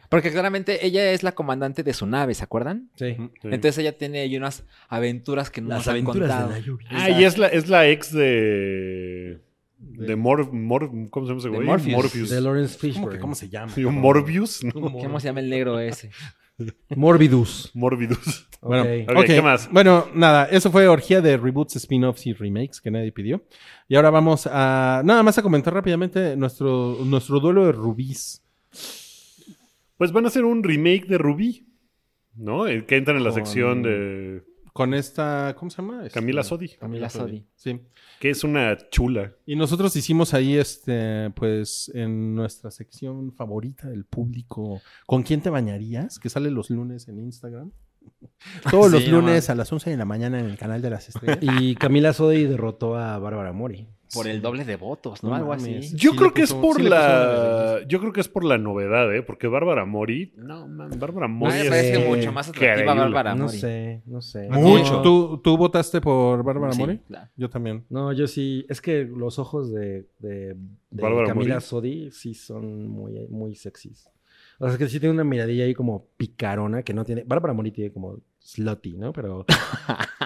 Porque claramente ella es la comandante de su nave, ¿se acuerdan? Sí. Entonces ella tiene ahí unas aventuras que no Las nos habían aventuras contado. de la lluvia. Ah, y es la, es la ex de... De Mor, Mor- ¿Cómo se llama ese De güey? Morpheus. De Lawrence ¿Cómo, Fishburne. que, ¿Cómo se llama? Sí, un Morbius. ¿no? ¿Cómo se llama el negro ese? Morbidus. Morbidus. Bueno, Ok. Ok, ¿qué más? Bueno, nada, eso fue orgía de reboots, spin-offs y remakes que nadie pidió. Y ahora vamos a nada más a comentar rápidamente nuestro, nuestro duelo de rubíes. Pues van a hacer un remake de Rubí, ¿no? El que entra en la Con- sección de... Con esta, ¿cómo se llama? Este, Camila Sodi. Camila Sodi. Sí. Que es una chula. Y nosotros hicimos ahí, este, pues, en nuestra sección favorita del público, ¿con quién te bañarías? Que sale los lunes en <laughs> Instagram. Todos los Sí, no lunes mames. a las 11 de la mañana en el canal de las estrellas. Y Camila Sodi derrotó a Bárbara Mori. <laughs> Por el doble de votos, ¿no? No Algo mames. así. Yo Sí, creo le que es puso- por sí le puso una la... de Yo creo que es por la novedad, ¿eh? Porque Bárbara Mori... No, man, Bárbara No Mori Ah, me Oye, parece sí. mucho más atractiva Increíble. Bárbara No Mori. sé, no sé. <laughs> Mucho. No, ¿Tú, ¿Tú votaste por Bárbara Sí, Mori? claro. Yo también. No, yo sí. Es que los ojos de, de, de Bárbara Camila Mori. Sodi sí son muy, muy sexys. O sea, es que sí tiene una miradilla ahí como picarona que no tiene. Bárbara Mori tiene como slutty, ¿no? <laughs> Pero,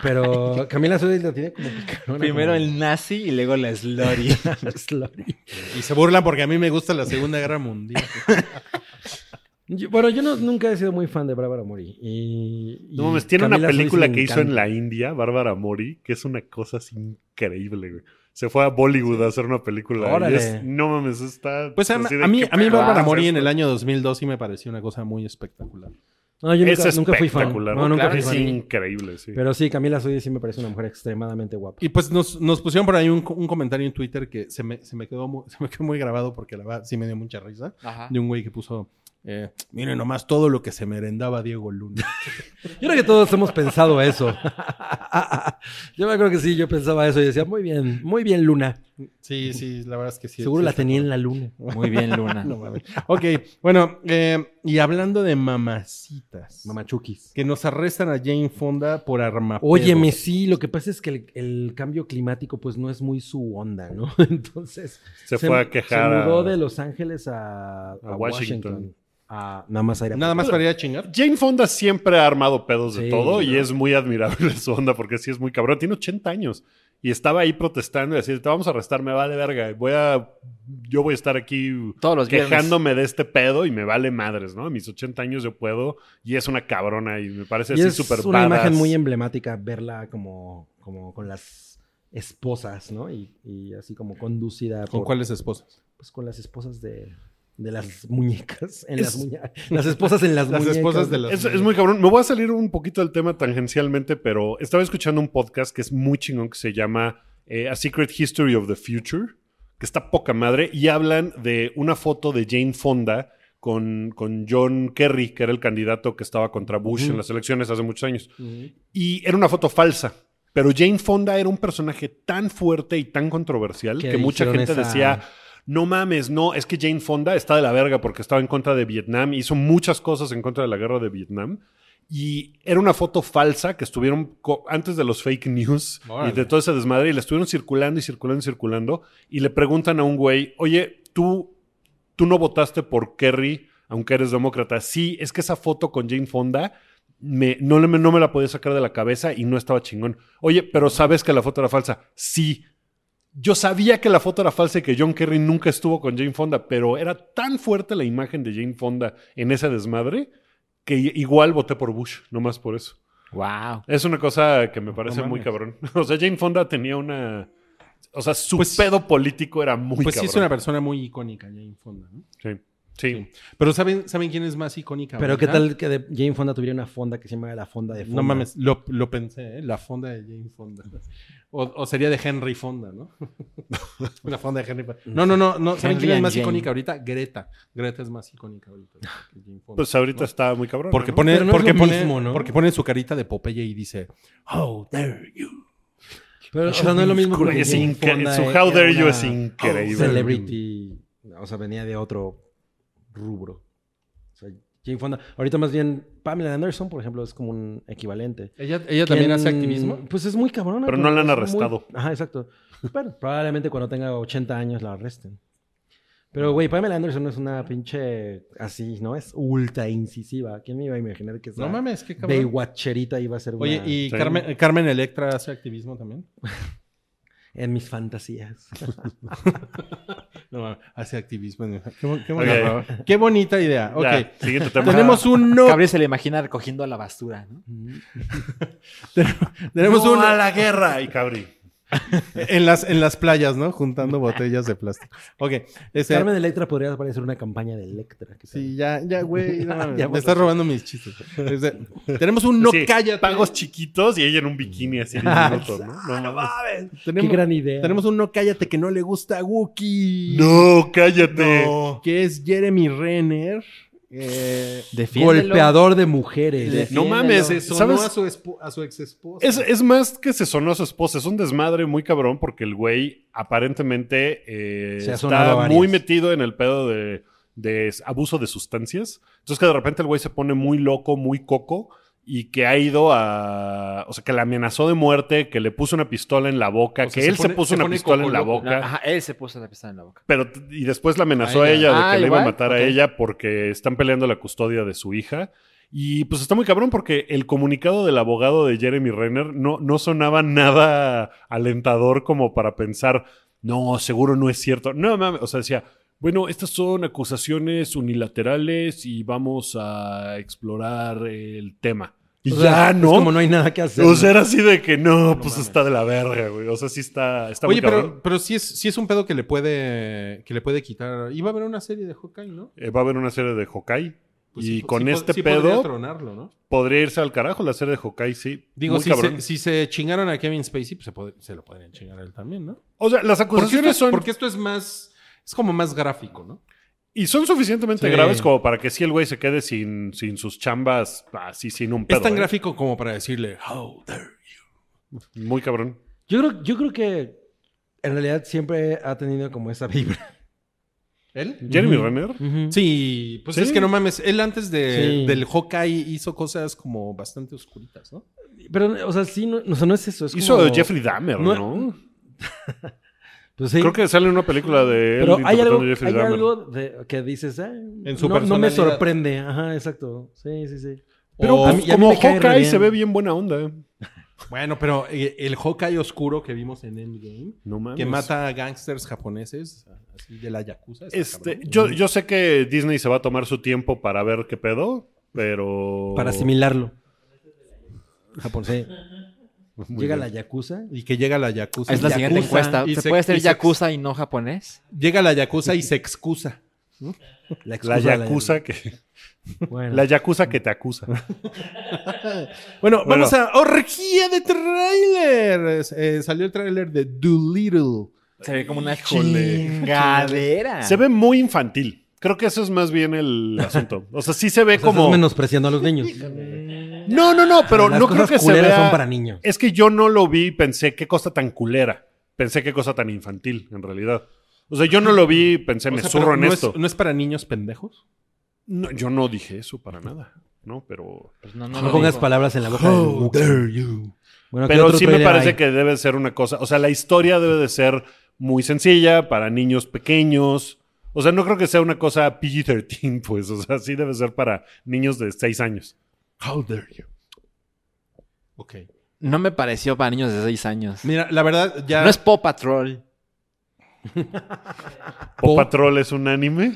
pero Camila Sodi lo tiene como picarona. Primero como- el <laughs> nazi y luego la slurry. slutty. Y se burlan porque a mí me gusta la Segunda Guerra Mundial. Yo- bueno, yo no- nunca he sido muy fan de Bárbara Mori. Y, y No mames, tiene Camila una Sodi sí película me que hizo en encanta. la India, Bárbara Mori, que es una cosa así increíble, güey. Se fue a Bollywood a hacer una película. y Órale. es- no mames, está... <laughs> Pues a, así de a mí, qué a mí pedo Bárbara es Mori en esto. el año 2002 Ah, sí me pareció una cosa muy espectacular. No, yo Es nunca, nunca fui fan. espectacular. No, nunca Claro fui Es fan. sí. increíble, sí. Pero sí, Camila Sodi sí me parece una mujer extremadamente guapa. Y pues nos, nos pusieron por ahí un, co- un comentario en Twitter que se me, se me quedó, mu- se me quedó muy grabado porque la verdad sí me dio mucha risa. <laughs> Ajá. de un güey que puso, eh, miren nomás todo lo que se merendaba Diego Luna. Yo creo que todos hemos pensado eso. <laughs> Yo me acuerdo que sí, yo pensaba eso y decía, muy bien, muy bien, Luna. <laughs> Sí, sí, la verdad es que sí. Seguro sí la está tenía padre. en la luna. Muy bien, <laughs> Luna. No mames. Ok, bueno, eh, y hablando de mamacitas. Mamachuquis. que nos arrestan a Jane Fonda por armapedos. Óyeme, sí, lo que pasa es que el, el cambio climático pues no es muy su onda, ¿no? <laughs> Entonces... Se, fue a quejar. Se a- mudó de Los Ángeles a, a Washington. Washington. A- nada más a ir a- Nada más para ir a chingar. Jane Fonda siempre ha armado pedos de Sí, todo ¿no? y es muy admirable <laughs> su onda porque sí es muy cabrón. Tiene 80 años y estaba ahí protestando y así, te vamos a arrestar, me vale verga. Voy a, yo voy a estar aquí Todos los viernes. quejándome de este pedo y me vale madres, ¿no? A mis 80 años yo puedo y es una cabrona y me parece Y así es súper una imagen badass. muy em- emblemática verla como, como con las esposas, ¿no? Y, y así como conducida ¿Con por- cuáles esposas? pues, con las esposas de, de las muñecas. En las, Es- muñe- las <laughs> esposas en las, Las muñecas. esposas de las... Es, es muy cabrón. Me voy a salir un poquito del tema tangencialmente, pero estaba escuchando un podcast que es muy chingón que se llama eh, A Secret History of the Future, que está poca madre, y hablan de una foto de Jane Fonda con, con John Kerry, que era el candidato que estaba contra Bush en las elecciones hace muchos años. Y era una foto falsa. Pero Jane Fonda era un personaje tan fuerte y tan controversial Que que mucha hicieron gente esa- decía, no mames, no, es que Jane Fonda está de la verga porque estaba en contra de Vietnam, hizo muchas cosas en contra de la guerra de Vietnam. Y era una foto falsa que estuvieron co- antes de los fake news Órale. y de todo ese desmadre y la estuvieron circulando y circulando y circulando. Y le preguntan a un güey, oye, tú, tú no votaste por Kerry, aunque eres demócrata. Sí, es que esa foto con Jane Fonda me, no, le- no me la podía sacar de la cabeza y no estaba chingón. Oye, pero sabes que la foto era falsa. Sí, yo sabía que la foto era falsa y que John Kerry nunca estuvo con Jane Fonda, pero era tan fuerte la imagen de Jane Fonda en ese desmadre que i- igual voté por Bush, nomás por eso. Wow. Es una cosa que me parece No muy mames. cabrón. <laughs> O sea, Jane Fonda tenía una... O sea, su pedo político era muy Pues sí cabrón. es una persona muy icónica, Jane Fonda. ¿no? Sí. Sí. Pero ¿saben, ¿saben quién es más icónica? Pero qué ahorita? tal que de Jane Fonda tuviera una fonda que se llama la fonda de Fonda. No mames, lo, lo pensé, ¿eh? la fonda de Jane Fonda. O, o sería de Henry Fonda, ¿no? <laughs> la fonda de Henry Fonda. No, no, no. no. ¿Saben Henry quién es and más Jane. icónica ahorita? Greta. Greta es más icónica ahorita que Jane Fonda. Pues ahorita ¿no? está muy cabrón. Porque ¿no? pone, Pero no es porque, lo pone, mismo, ¿no? porque pone su carita de Popeye y dice, Oh, dare you. Pero, o sea, no es lo mismo Güey, porque es Jane inca- Fonda su era How Dare You una es increíble. Celebrity. O sea, venía de otro rubro. O sea, Jane Fonda. Ahorita más bien, Pamela Anderson, por ejemplo, es como un equivalente. ¿Ella, ella también ¿Quién- hace activismo? Pues es muy cabrona. Pero no la han es muy- arrestado. Ajá, <laughs> exacto. Bueno, probablemente cuando tenga 80 años la arresten. Pero, güey, Pamela Anderson es una pinche así, ¿no? Es ultra incisiva. ¿Quién me iba a imaginar que esa No mames, qué cabrón. Baywatcherita iba a ser una... Oye, ¿y Sí. Carmen, Carmen Electra hace activismo también? En <laughs> mis fantasías. Este No, mames, hace activismo. Qué, bon- qué Ok. bonita, qué bonita idea. Ya, Ok. siguiente tema. Tenemos un no. Gabriel se le imagina recogiendo la basura, ¿no? Tenemos No un a la guerra. Y Cabri. en las, en las playas, ¿no? Juntando botellas de plástico. Ok. Este, Carmen Electra podría parecer una campaña de Electra. ¿qué tal? Sí, ya, ya, güey. no mames, <laughs> me Ya vamos estás a- robando mis chistes. Este, tenemos un no Sí, cállate. Pagos chiquitos y ella en un bikini así de minuto, ¿no? Ah, No mames. Qué Tenemos, gran idea. tenemos un no cállate que no le gusta a Wookiee. No, cállate. No. Que es Jeremy Renner. eh, Defiéndelo. golpeador de mujeres. le- No mames, le eh, sonó ¿sabes? a su, expo- a su ex esposa. Es, es más que se sonó a su esposa. Es un desmadre muy cabrón porque el güey aparentemente eh, Se ha sonado está varias. muy metido en el pedo de, de s- abuso de sustancias. Entonces que de repente el güey se pone muy loco, muy coco y que ha ido a... O sea, que la amenazó de muerte, que le puso una pistola en la boca, O sea, que se él pone- se puso se una pone pistola coco en la loco. boca. Ajá, él se puso la pistola en la boca. Pero, t- y después la amenazó A a ella. ella de Ah, que le iba a igual, matar ok. a ella porque están peleando la custodia de su hija. Y pues está muy cabrón porque el comunicado del abogado de Jeremy Renner no, no sonaba nada alentador como para pensar, no, seguro no es cierto. No mames, o sea, decía, bueno, estas son acusaciones unilaterales y vamos a explorar el tema. Y O sea, ya, es ¿no? como no hay nada que hacer. O sea, era así de que no, pues mames. está de la verga, güey. O sea, sí está, está muy Oye, cabrón. pero, pero sí, es, sí es un pedo que le puede que le puede quitar. Iba a haber una serie de Hawkeye, ¿no? Eh, va a haber una serie de Hawkeye. Pues y sí, con sí po- este sí podría pedo tronarlo, ¿no? podría irse al carajo la serie de Hawkeye, sí. Digo, Muy si cabrón. se, si se chingaron a Kevin Spacey, pues se, pod- se lo podrían chingar a él también, ¿no? O sea, las Porque acusaciones esto, Pues es, son. porque esto es más. Es como más gráfico, ¿no? Y son suficientemente Sí. graves como para que si el güey se quede sin, sin sus chambas, así sin un pedo. es tan ¿eh? gráfico como para decirle, How dare you. Muy cabrón. Yo creo, yo creo que en realidad siempre ha tenido como esa vibra. ¿Él? Jeremy Renner. Sí, pues Sí. es que no mames. Él antes de, Sí. del Hawkeye hizo cosas como bastante oscuritas, ¿no? Pero, o sea, sí, no, o sea, no es eso. Es Hizo como- Jeffrey Dahmer, ¿no? no- Pues sí. Creo que sale una película de él Pero hay interpretando algo, a Jeffrey hay Dahmer. algo de- que dices, ah, su no, no me personalidad. sorprende. Ajá, exacto. Sí, sí, sí. Pero O- pues, a mí- y a mí como me cae re Hawkeye se bien. ve bien buena onda. ¿eh? Bueno, pero eh, el Hawkeye oscuro que vimos en Endgame, No mames. que mata a gangsters japoneses, así de la Yakuza. está Este, cabrón. yo, yo sé que Disney se va a tomar su tiempo para ver qué pedo, pero. Para asimilarlo. Japón, sí. Muy Llega bien. la Yakuza. Y que llega la Yakuza. Es la siguiente Yakuza, encuesta. y ¿Se puede hacer y Yakuza y no japonés? Llega la Yakuza y se excusa. La, La excusa de la- yakuza que. Bueno. La yakuza que te acusa. Bueno, Bueno. vamos a orgía de trailers. Eh, salió el tráiler de Doolittle. Se ve como una Híjole. chingadera. Se ve muy infantil. Creo que eso es más bien el asunto. O sea, sí se ve O sea, como. estás menospreciando a los niños. No, no, no, pero Las no creo cosas que se culeras vea. son para niños. Es que yo no lo vi y pensé qué cosa tan culera. Pensé qué cosa tan infantil, en realidad. O sea, yo no lo vi y pensé, O me sea, zurro pero en no esto. Es, ¿No es para niños pendejos? No, yo no dije eso para nada, ¿no? Pero, Pues no, No, lo pongas digo. palabras en la boca. del- Bueno, ¿qué pero otro sí me trailer parece hay? que debe ser una cosa. O sea, la historia debe de ser muy sencilla para niños pequeños. O sea, no creo que sea una cosa PG-13, <laughs> pues. O sea, sí debe ser para niños de 6 años. How dare you. Ok. No me pareció para niños de 6 años. Mira, la verdad, ya. No es Paw Patrol. ¿Paw Po- Patrol es un anime?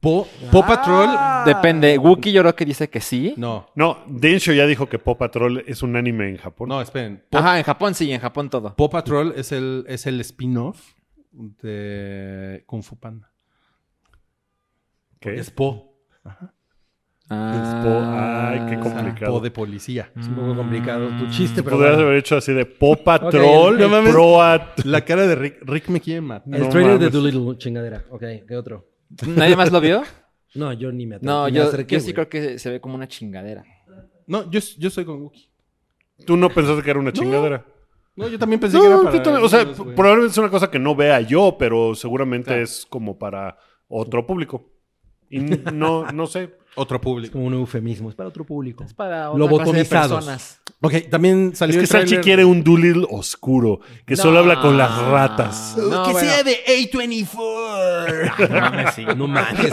Po- Paw Patrol. Ah. Depende. Ah. Wookie yo creo que dice que sí. No, No, Densho ya dijo que Paw Patrol es un anime en Japón. no, esperen. Po- Ajá, en Japón sí, en Japón todo. Paw Patrol es el, es el spin-off de Kung Fu Panda. ¿Qué? Es Po. Ah, ay, qué O sea, complicado. Mm. Po de policía. Es un poco complicado tu Te chiste, pero. podrías bueno. haber hecho así de Paw Patrol, Ok, no mames. Proat. La cara de Rick. Rick me quiere matar. El No trailer mames. de Doolittle, chingadera. Ok, ¿qué otro? ¿Nadie más <laughs> lo vio? No, yo ni me atrevo. No, ni me yo, acerqué, yo sí güey. creo que se- se ve como una chingadera. No, yo, yo soy con Wookie. Tú no pensaste que era una chingadera. No, yo también pensé No, que era yo para también, o sea, niños, güey. probablemente es una cosa que no vea yo, pero seguramente Claro. es como para otro público. Y n- no, no sé. Otro Es público. como un eufemismo, es para otro público. Es para otra clase de personas. personas. Ok, también <laughs> Es salió que el tráiler- Salchi quiere un Doolittle oscuro, que solo habla con las ratas. Ah. No, bueno. de A24. No mames, sí. <laughs> No mames.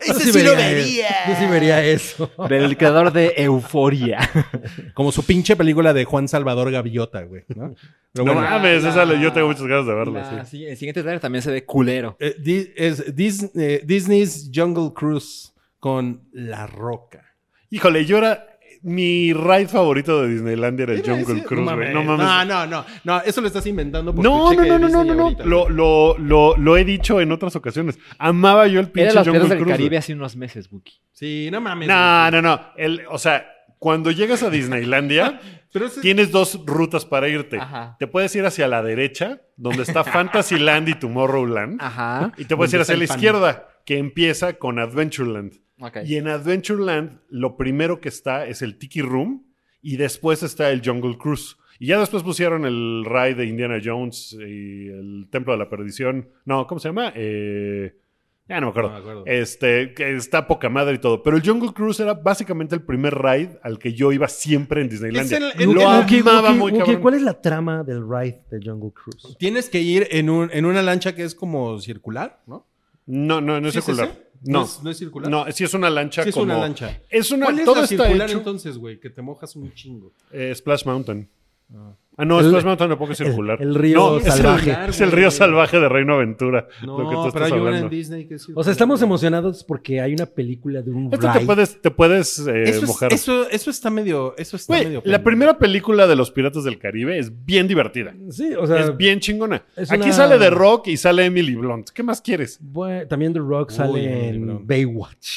Ese sí lo vería. Yo sí vería eso. Del creador de Euforia. Como su pinche película de Juan Salvador Gaviota, güey. ¿no? Pero No bueno. mames, la- esa le- yo tengo muchas ganas de verla. La- sí. sí, el siguiente trailer también se ve culero. Eh, Di- es Dis- eh, Disney's Jungle Cruise con La Roca. Híjole, yo era. Mi ride favorito de Disneylandia era el Jungle Cruise, güey. No mames. No, no, no, no, Eso lo estás inventando por No, tu no, cheque no, no, de no, Disney no, no. ahorita, Lo, güey. lo, lo, lo he dicho en otras ocasiones. Amaba yo el Era pinche los Jungle Piratas del Cruise, güey. Caribe hace unos meses, Wookie. Sí, no mames. No, güey. no, no. El- o sea, cuando llegas a <laughs> Disneylandia, Pero ese- tienes dos rutas para irte. Ajá. Te puedes ir hacia la derecha, donde <laughs> está Fantasyland y Tomorrowland. Ajá. Y te puedes Donde ir está hacia el la pan. izquierda, que empieza con Adventureland. Ok. <laughs> Y en Adventureland, lo primero que está es el Tiki Room y después está el Jungle Cruise. Y ya después pusieron el ride de Indiana Jones y el Templo de la Perdición. No, ¿cómo se llama? Eh, ya no me acuerdo. No me acuerdo. Este, que está poca madre y todo. Pero el Jungle Cruise era básicamente el primer ride al que yo iba siempre en Disneylandia. Es el- lo Wookie, amaba Wookie, muy Wookie, cabrón. ¿Cuál es la trama del ride de Jungle Cruise? Tienes que ir en, un, en una lancha que es como circular, ¿no? No, no, no es ¿Sí es circular. ese? No. ¿No es- no es circular? No, sí es una lancha Sí es como- una lancha. Es una... ¿Cuál es todo la está circular hecho- entonces, güey? Que te mojas un chingo. Eh, Splash Mountain. Ah, no, El- Splash Mountain tampoco es circular. el río No, es el- salvaje. Es el, río salvaje de Reino Aventura. lo que tú No, pero estás hay una hablando. en Disney que es circular. O sea, estamos emocionados porque hay una película de un Esto ride. te puedes, te puedes eh, Eso, es- mojar. eso, eso está medio. Eso está Güey, medio la pendejo. primera película de los Piratas del Caribe es bien divertida. Sí, o sea, es bien chingona. es Aquí una- sale The Rock y sale Emily Blunt. ¿Qué más quieres? bue- también The Rock Uy, sale Emily en Blunt. Baywatch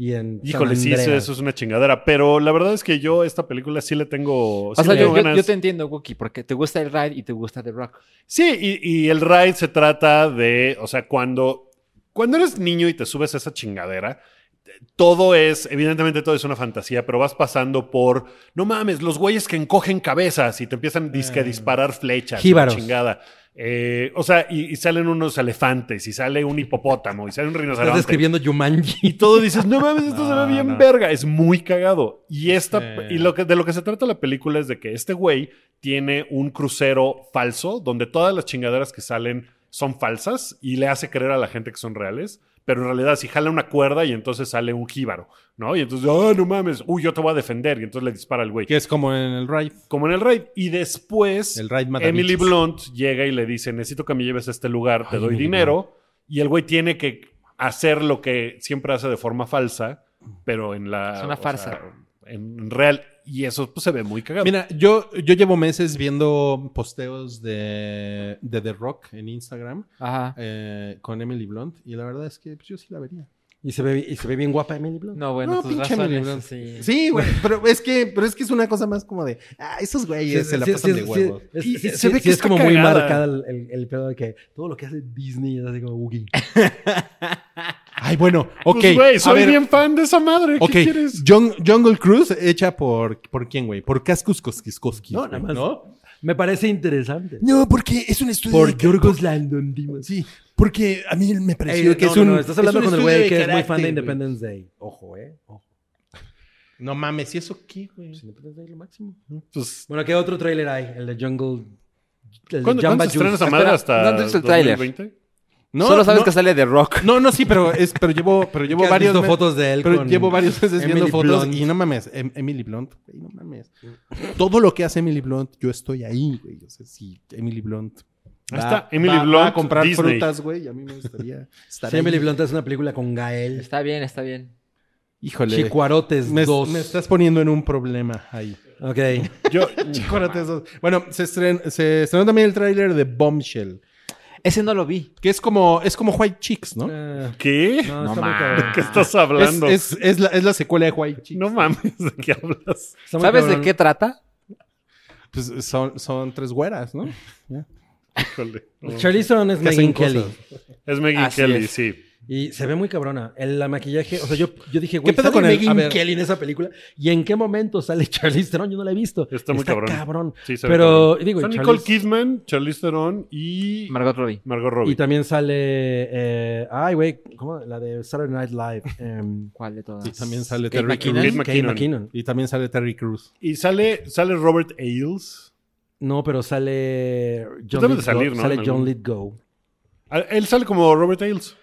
y en San Híjole, sí, eso, Andreas. eso es una chingadera. Pero la verdad es que yo esta película sí le tengo, sí O sea, le tengo yo, yo- ganas. yo te entiendo, Wookie, porque te gusta el ride y te gusta The Rock. Sí, y, y el ride se trata de, o sea, cuando, cuando eres niño y te subes a esa chingadera, eh, todo es, evidentemente todo es una fantasía, pero vas pasando por, no mames, los güeyes que encogen cabezas y te empiezan disque a disparar flechas, la Jíbaros. chingada. Eh, o sea, y, y salen unos elefantes, y sale un hipopótamo, y sale un Estás rinoceronte. describiendo Y Jumanji. todo dices, no mames, esto se <laughs> No, ve bien no. verga. Es muy cagado. Y esta, Sí. y lo que, de lo que se trata la película es de que este güey tiene un crucero falso donde todas las chingaderas que salen son falsas y le hace creer a la gente que son reales. Pero en realidad, si jala una cuerda y entonces sale un jíbaro, ¿no? Y entonces, oh, no mames, uy, yo te voy a defender. Y entonces le dispara al güey. Que es como en el Raid. Como en el raid. Y después, El raid mata Emily bichos. Blunt llega y le dice: Necesito que me lleves a este lugar, te doy dinero. Y el güey tiene que hacer lo que siempre hace de forma falsa, pero en la. Es una o farsa. sea, en real. Y eso pues, se ve muy cagado. Mira, yo, yo llevo meses viendo posteos de, de The Rock en Instagram Ajá. eh, con Emily Blunt y la verdad es que pues, yo sí la vería. Y se ve, y se ve bien guapa Emily Blunt. No, bueno, No, tus pinche razones, Emily pues, Blunt. sí. Sí, güey, pero es que, pero es que es una cosa más como de, ah, esos güeyes se la Sí, pasan sí, de sí, huevos. es- Y- y sí, se sí, ve sí, que es está como muy cagada. marcada el, el, el pedo de que todo lo que hace Disney es así como "Ugi". Ay, bueno, ok. Pues, güey, a soy ver, bien fan de esa madre. ok, ¿Qué quieres? Jung- Jungle Cruise hecha por, ¿por quién, güey? Por Cascus Koskiskoski. No, nada más. Me parece interesante. No, porque es un estudio. Por de- Yorgos Landon pues, Sí, porque a mí me Ey, pareció que no, es no, un. no, estás hablando es un con el estudio güey de que es muy fan carácter, de güey. Independence Day. Ojo, ¿eh? Ojo. No mames, ¿y eso qué, güey? Pues Independence Day lo máximo. Pues, Bueno, ¿qué otro tráiler hay? El de Jungle... El ¿Cuándo, de cuándo Jamba se estrena Juice. esa madre Espera, hasta ¿dónde es el tráiler? 2020? No, Solo sabes no, que sale de rock. No, no, sí, pero, es, pero llevo, pero <laughs> Que llevo has varios. visto me- fotos de él Pero con llevo varios meses viendo Emily fotos Blunt. y no mames, Em- Emily Blunt, güey, no mames. Todo lo que hace Emily Blunt, yo estoy ahí, güey. O sea, sí, Emily Blunt. Ahí va- está, Emily va- va Blunt, a comprar Disney. frutas, güey. y A mí me <laughs> gustaría estar Sí, ahí. Emily Blunt es una película con Gael. Está bien, está bien. Híjole. Chicuarotes me, 2. me estás poniendo en un problema ahí. Ok. Yo, Chicuarotes dos. Bueno, se, estren- se estrenó también el tráiler de Bombshell, Ese no lo vi. que es como, es como White Chicks, ¿no? Ah, ¿Qué? <laughs> no, No está muy mames. cabrón. ¿Qué estás Es, hablando? es, es la, es la secuela de White Chicks. No mames, ¿de qué hablas? Está muy ¿Sabes de cabrón. qué trata? Pues son, son tres güeras, ¿no? Híjole. Charlize Theron es Que hacen Megan Kelly. cosas. Es Megan Así Kelly, es. sí. Y se ve muy cabrona. El la maquillaje, o sea, yo, yo dije, güey, pedo ¿sale con el- a Megyn ver. Kelly en esa película? ¿Y en qué momento sale <laughs> Charlize Theron? Yo no la he visto. Está muy cabrón. Sí, se ve Pero, cabrón. digo, Son y Nicole Charlize- Kidman, Charlize Theron y Margot Robbie. Margot Robbie. Y también sale, eh, ay, güey, ¿cómo? La de Saturday Night Live. <laughs> em, ¿Cuál de todas? Y también sale Kate Terry McKinnon. Crews. Kate McKinnon. McKinnon. Y también sale Terry Crews. Y sale, sale Robert Ailes. No, pero sale John Pues debe de Lithgow. salir, ¿no? Sale En John algún- Lithgow. Ah, Él sale como Robert Ailes.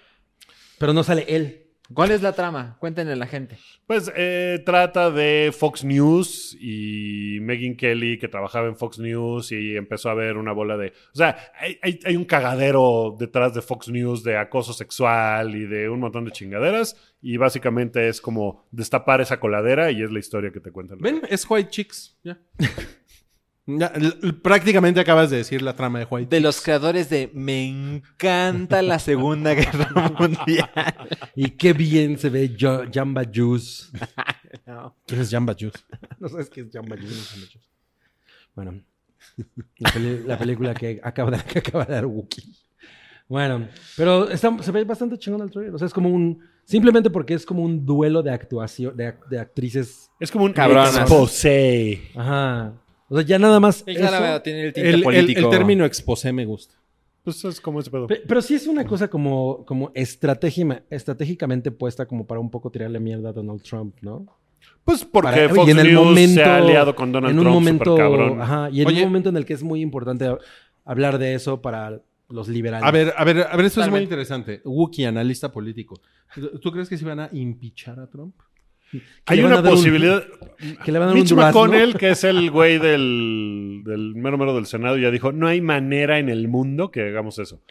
Pero no sale él. ¿Cuál es la trama? Cuéntenle a la gente. Pues eh, trata de Fox News y Megan Kelly que trabajaba en Fox News y empezó a ver una bola de... O sea, hay, hay- hay un cagadero detrás de Fox News de acoso sexual y de un montón de chingaderas y básicamente es como destapar esa coladera y es la historia que te cuentan. Ven, es White Chicks. Ya. Ya, l- l- prácticamente acabas de decir la trama de White De los creadores de Me encanta la Segunda Guerra <laughs> Mundial. Y qué bien se ve Jo- Jamba Juice. ¿Quién es Jamba Juice? <laughs> No sabes qué es Jamba Juice. Bueno, la, peli- la película que acaba de, <laughs> que acaba de dar Wookiee. Bueno, pero está- se ve bastante chingón el trailer. O sea, es como un. Simplemente porque es como un duelo de actuación, de, ac- de actrices. Es como un Cabronas. exposé. Ajá. O sea, ya nada más. eso- tiene el El, el- el término exposé me gusta. Pues es como ese pedo. Pe- Pero, sí es una cosa como, como estratégima- estratégicamente puesta como para un poco tirarle mierda a Donald Trump, ¿no? Pues porque Para- Fox y en el News momento- se ha aliado con Donald en un Trump, momento, supercabrón. ajá, y en Oye. un momento en el que es muy importante hab- hablar de eso para los liberales. A ver, a ver, a ver, eso es muy Totalmente. interesante. Wookie, analista político. ¿Tú crees que se van a impichar a Trump? Que Hay le van a una dar un- posibilidad. que le van a dar un Mitch durazno. <laughs> McConnell, que es el güey del, del mero mero del Senado, ya dijo, no hay manera en el mundo que hagamos eso.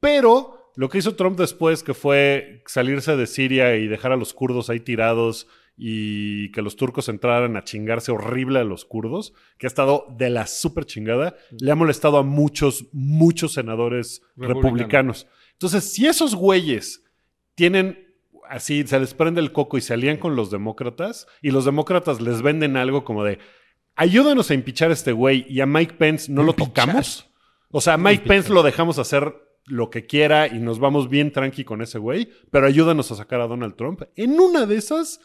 Pero lo que hizo Trump después, que fue salirse de Siria y dejar a los kurdos ahí tirados y que los turcos entraran a chingarse horrible a los kurdos, que ha estado de la súper chingada, le ha molestado a muchos, muchos senadores Republicano. republicanos. Entonces, si esos güeyes tienen así, se les prende el coco y se alían con los demócratas y los demócratas les venden algo como de ayúdanos a impichar a este güey y a Mike Pence no lo tocamos. O sea, a Mike Pence lo dejamos hacer lo que quiera y nos vamos bien tranqui con ese güey, pero ayúdanos a sacar a Donald Trump. En una de esas,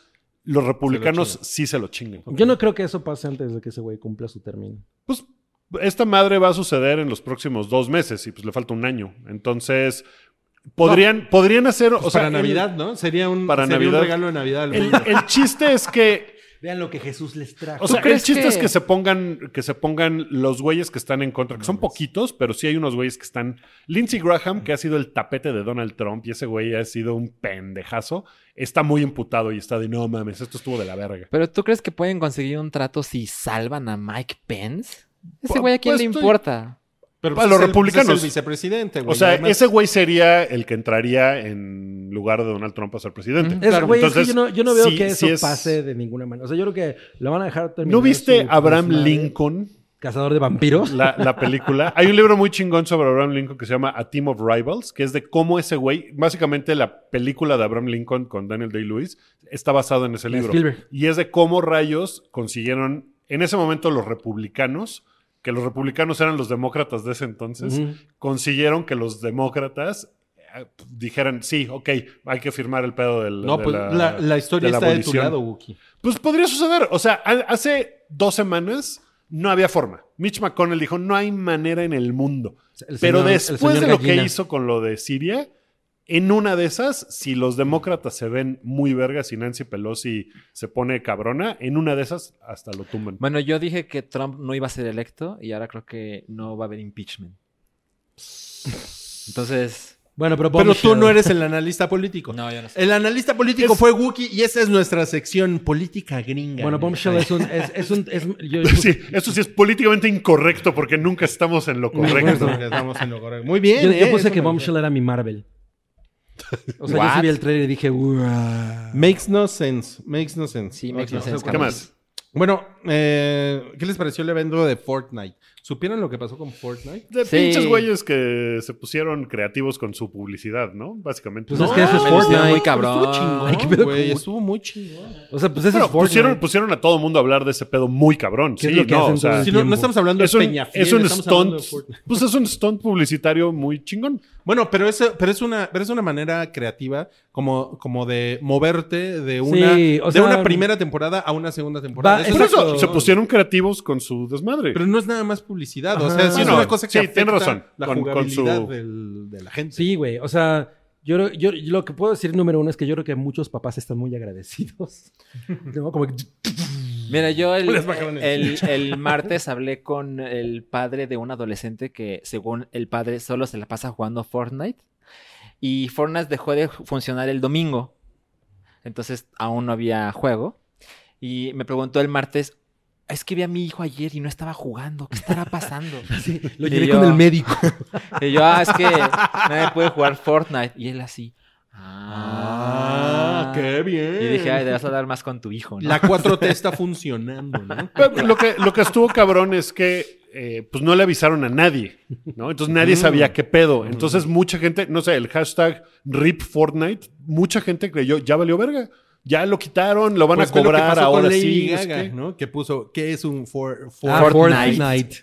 los republicanos sí se lo chingan. Yo no creo que eso pase antes de que ese güey cumpla su término. Pues esta madre va a suceder en los próximos dos meses y pues le falta un año. Entonces, podrían, podrían hacer... o Pues sea, para el- Navidad, ¿no? Sería un, Para sería un Navidad. regalo de Navidad al El, mundo. el chiste es que... Vean lo que Jesús les trajo. O <laughs> sea, el crees chiste que- es que se pongan, que se pongan los güeyes que están en contra, que son pues. poquitos, pero sí hay unos güeyes que están. Lindsey Graham, que ha sido el tapete de Donald Trump, y ese güey ha sido un pendejazo, está muy imputado y está de no mames, esto estuvo de la verga. Pero ¿tú crees que pueden conseguir un trato si salvan a Mike Pence? Ese Pu- güey a quién pues le estoy- importa. Pero para los pues, es el- pues, republicanos. Es el vicepresidente, güey. O sea, Además, ese güey sería el que entraría en lugar de Donald Trump a ser presidente. Ujú. Es, Claro, güey, es que entonces, yo no, yo no veo sí- que sí eso es- pase de ninguna manera. O sea, yo creo que lo van a dejar terminar. ¿No viste su Abraham desmadre. Lincoln, Cazador de vampiros. la, la película? Hay un libro muy chingón sobre Abraham Lincoln que se llama A Team of Rivals, que es de cómo ese güey, básicamente la película de Abraham Lincoln con Daniel Day-Lewis, está basada en ese De libro. Spielberg. Y es de cómo rayos consiguieron, en ese momento los republicanos, que los republicanos eran los demócratas de ese entonces, Ujú. consiguieron que los demócratas eh, dijeran, sí, ok, hay que firmar el pedo del... No, de pues la, la, historia de la está de tu abolición. lado, Wookie. Pues podría suceder. O sea, ha- hace dos semanas no había forma. Mitch McConnell dijo, no hay manera en el mundo. El Pero señor- el después señor de lo que gallina. hizo con lo de Siria, en una de esas, si los demócratas se ven muy vergas y Nancy Pelosi se pone cabrona, en una de esas hasta lo tumban. Bueno, yo dije que Trump no iba a ser electo y ahora creo que no va a haber <laughs> impeachment. Entonces, Bueno, pero, Pero tú bombshell. no eres el analista político. no, yo no sé. El analista político Es- fue Wookie y esa es nuestra sección política gringa. Bueno, Bombshell es un. Es, es un es, <laughs> yo- Sí, eso sí es políticamente incorrecto porque nunca estamos en lo correcto. Correcto. Estamos en lo correcto. Muy bien. yo, eh, yo puse eso que me- Bombshell era mi Marvel. O sea, yo sí What? vi el trailer y dije, "Uah". Makes no sense. Makes no sense. Sí, makes no Ok. sense, ¿Qué más? Bueno, eh, ¿qué les pareció el evento de Fortnite? ¿Supieron lo que pasó con Fortnite? De Sí. pinches güeyes que se pusieron creativos con su publicidad, ¿no? Básicamente. Pues es que eso es Pero estuvo Fortnite. muy cabrón. Estuvo chingón, Ay, qué pedo Ah, güey, con- Estuvo muy chingón. O sea, pues ese Bueno, es Fortnite. pusieron, pusieron a todo el mundo a hablar de ese pedo muy cabrón. ¿Qué es sí, lo que no, hacen o sea, todos? Sí, no, no Ah, tiempo. estamos hablando es de un, Peñafiel, es un estamos hablando stunt. de Fortnite. Pues es un stunt publicitario muy chingón. Bueno, pero es, pero es una, pero es una manera creativa como, como de moverte de Sí, una, o de sea, una primera temporada a una segunda temporada. va- Eso Por es eso lo- se pusieron creativos con su desmadre. Pero no es nada más publicidad, o Ajá. sea, sí es Bueno, una cosa que sí, afecta tiene razón, la con- con jugabilidad su- del- de la gente. Sí, güey. O sea, yo, creo- yo, yo lo que puedo decir número uno es que yo creo que muchos papás están muy agradecidos. <laughs> ¿No? Como que- Mira, yo el, Les bajaron <laughs> el- el- el martes hablé con el padre de un adolescente que, según el padre, solo se la pasa jugando Fortnite. Y Fortnite dejó de funcionar el domingo. Entonces aún no había juego. Y me preguntó el martes, es que vi a mi hijo ayer y no estaba jugando. ¿Qué estará pasando? <laughs> Sí, lo Y llevé yo- con el médico. Y yo, ah, es que nadie puede jugar Fortnite. Y él así. Ah, bien. Y dije, ay, te vas a dar más con tu hijo, ¿no? La 4T está funcionando, ¿no? Pero lo, que, lo que estuvo cabrón es que eh, pues no le avisaron a nadie, ¿no? Entonces nadie sabía qué pedo. Entonces mucha gente, no sé, el hashtag RIP Fortnite, mucha gente creyó, ya valió verga. Ya lo quitaron, lo van Pues a ve lo que cobrar pasó con ahora Lady sí. es Gaga, que- ¿no? Que puso, ¿qué es un for, for- Ah, Fortnite.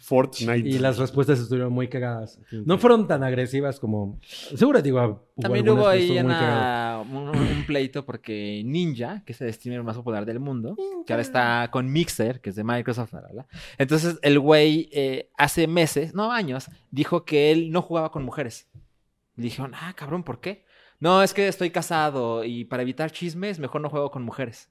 Fortnite. <laughs> Y las respuestas estuvieron muy cagadas. No fueron tan agresivas como. Seguro, digo. hubo También algunas hubo que ahí estuvo muy cagada. una- un, un pleito porque Ninja, que es el streamer más popular del mundo, que ahora está con Mixer, que es de Microsoft, bla, bla, bla. entonces el güey eh, hace meses, no años, dijo que él no jugaba con mujeres. Le dijeron, ah, cabrón, ¿por qué? No, es que estoy casado y para evitar chismes, mejor no juego con mujeres.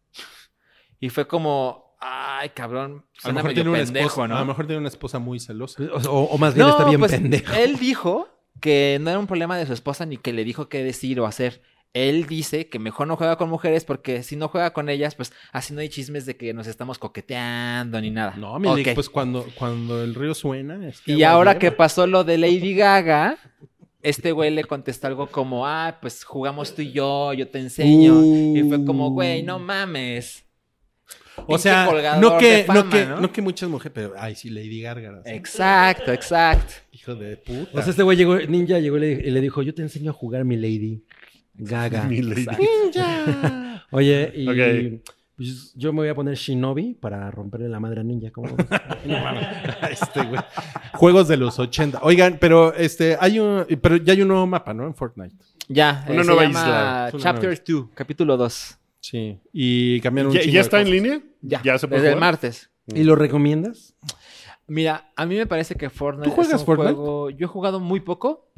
Y fue como, ay, a, cabrón, lo suena mejor medio tiene una pendejo, esposa, ¿no? a lo mejor tiene una esposa muy celosa. O, sea, o- o más bien No, está bien pues, pendejo. Él dijo que no era un problema de su esposa ni que le dijo qué decir o hacer. Él dice que mejor no juega con mujeres porque si no juega con ellas, pues así no hay chismes de que nos estamos coqueteando ni nada. No, mi Lick, Ok. pues ¿eh? cuando, cuando el río suena. es que Y agua ahora lleva. que pasó lo de Lady Gaga, este güey le contestó algo como, ah, pues jugamos tú y yo, yo te enseño. Y fue Uh. como, güey, no mames. Uh. O Pinche sea, colgador no que, de no, fama, que, ¿no? no que muchas mujeres, pero ay, sí, Lady Gárgaras. Exacto, exacto. Hijo de puta. Ah. O sea, este güey llegó, ninja llegó y le, y le dijo: Yo te enseño <laughs> a jugar, mi lady. Gaga. Mi lady. Oye, y Ok. Pues yo me voy a poner Shinobi para romperle la madre a Ninja. ¿cómo ves? Este, güey. Juegos de los 80. Oigan, pero este hay un pero ya hay un nuevo mapa, ¿no? En Fortnite. Ya, eh, Una se nueva llama isla. Es una Chapter 2, capítulo 2. Sí. Y cambiaron un ¿Ya, chingo ya de está en cosas. línea? Ya, se puede desde el jugar? martes. ¿Y lo recomiendas? Mira, a mí me parece que Fortnite ¿Tú juegas es un Fortnite? juego... Yo he jugado muy poco.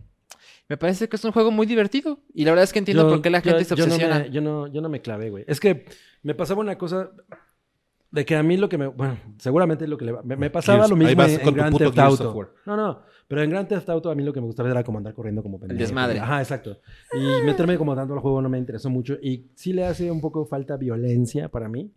Me parece que es un juego muy divertido. Y la verdad es que entiendo Yo- por qué la yo- gente se yo no me- obsesiona. Yo no, yo, no, me clavé, güey. Es que me pasaba una cosa de que a mí lo que me... Bueno, seguramente lo que le... Me, me pasaba Gears. lo mismo Ahí vas en, con en tu Grand puto Theft Gears of Auto. War. No, no. Pero en Grand Theft Auto a mí lo que me gustaba era como andar corriendo como pendejo. desmadre. Ajá, exacto. Y meterme como tanto al juego no me interesó mucho. Y sí le hace un poco falta violencia para mí.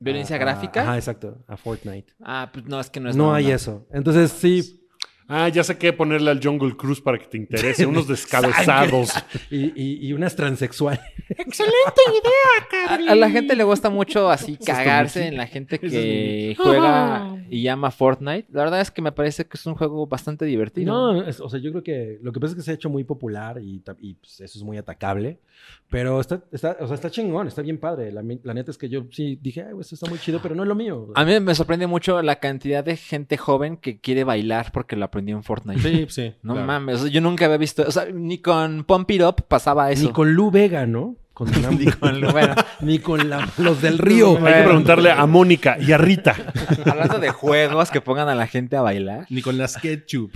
Violencia A- a- gráfica. Ajá, exacto. A Fortnite. Ah, pues no, es que no No, es la hay onda. eso. Entonces sí... Ah, ya sé qué ponerle al Jungle Cruise para que te interese. <laughs> Unos descabezados. Y, y- y unas transexuales. A, a la gente le gusta mucho así cagarse en la gente Esa es que juega y llama Fortnite. La verdad es que me parece que es un juego bastante divertido. No, es- o sea, yo creo que lo que pasa es que se ha hecho muy popular y, ta- y, pues, eso es muy atacable. Pero está, está, o sea, está chingón, está bien padre. La, mi- la neta es que yo sí dije, "Ay, güey, esto está muy chido, pero no es lo mío. A mí me sorprende mucho la cantidad de gente joven que quiere bailar porque lo aprendió en Fortnite. Sí, pues sí. No claro. mames, o sea, yo nunca había visto, o sea, ni con Pump It Up pasaba eso. <laughs> Ni con Lu Vega, ¿no? Con la- Ni con <laughs> lo- bueno, ni con la- los del río. Hay que preguntarle a Mónica y a Rita. hablando de juegos que pongan a la gente a bailar. Ni con las ketchup.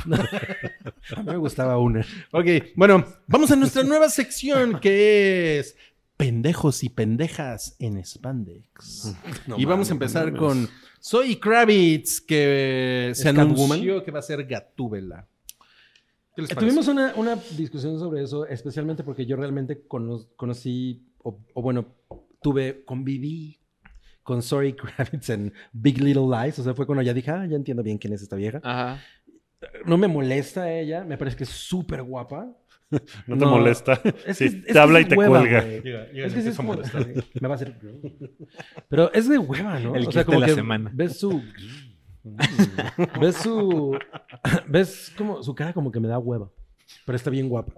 A mí me gustaba una. ok, bueno, vamos a nuestra nueva sección que es pendejos y pendejas en spandex. y vamos a empezar con Soy Kravitz que se ¿Es anunció Catwoman? que va a ser Gatúbela. ¿Qué les Eh, parece? Tuvimos una, una discusión sobre eso, especialmente porque yo realmente cono- conocí, o, o bueno, tuve, conviví con Sorry <laughs> Kravitz en Big Little Lies. O sea, fue cuando ya dije, ah, ya entiendo bien quién es esta vieja. Ajá. No me molesta ella, me parece que es súper guapa. No te No. molesta. Es Sí, que- es te que habla es y te hueva, cuelga. güey. Llega- llega Es y que empieza sí es a como- molestar. <laughs> me va a hacer... Pero es de hueva, ¿no? El o sea, gif como de la que semana. ves su... <laughs> ves su... ves como su cara como que me da hueva. Pero está bien guapa.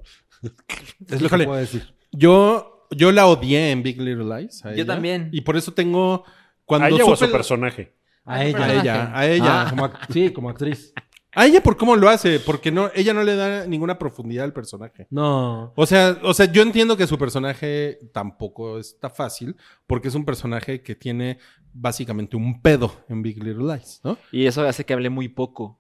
Es lo que Híjole. puedo decir. Yo, yo la odié en Big Little Lies. a Yo ella. también. Y por eso tengo. Cuando ¿A ella o a supe su la- personaje? A A ella. ella, a ella. Ah, como act- sí, como actriz. A ella por cómo lo hace, porque no, ella no le da ninguna profundidad al personaje. No. O sea, o sea, yo entiendo que su personaje tampoco está fácil, porque es un personaje que tiene básicamente un pedo en Big Little Lies, ¿no? Y eso hace que hablé muy poco.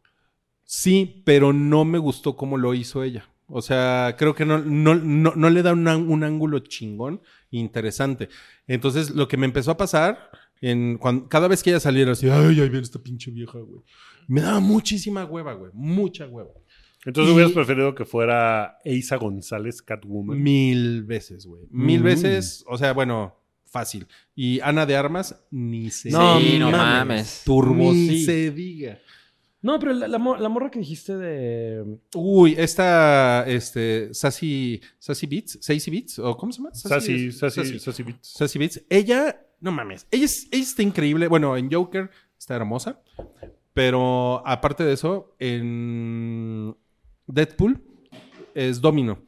Sí, pero no me gustó cómo lo hizo ella. O sea, creo que no, no, no, no le da un, án- un ángulo chingón interesante. Entonces, lo que me empezó a pasar, en, cuan- cada vez que ella saliera así, ay, ay, viene esta pinche vieja, güey. Me daba muchísima hueva, güey. Mucha hueva. Entonces Y- hubieras preferido que fuera Eiza González, Catwoman. Mil veces, güey. Mil Mm. veces, o sea, bueno, fácil. Y Ana de Armas, ni se No sí, no mames. mames. Turbo, ni sí. se diga. No, pero la, la mo- la morra que dijiste de... Uy, esta, este, Sassy, Sassy Beats, Sassy Beats, o ¿cómo se llama? Sassy, Sassy, Sassy- Sassy Beats. Sassy Beats. Ella, no mames, ella, es- ella está increíble. Bueno, en Joker está hermosa, pero aparte de eso, en Deadpool es Domino.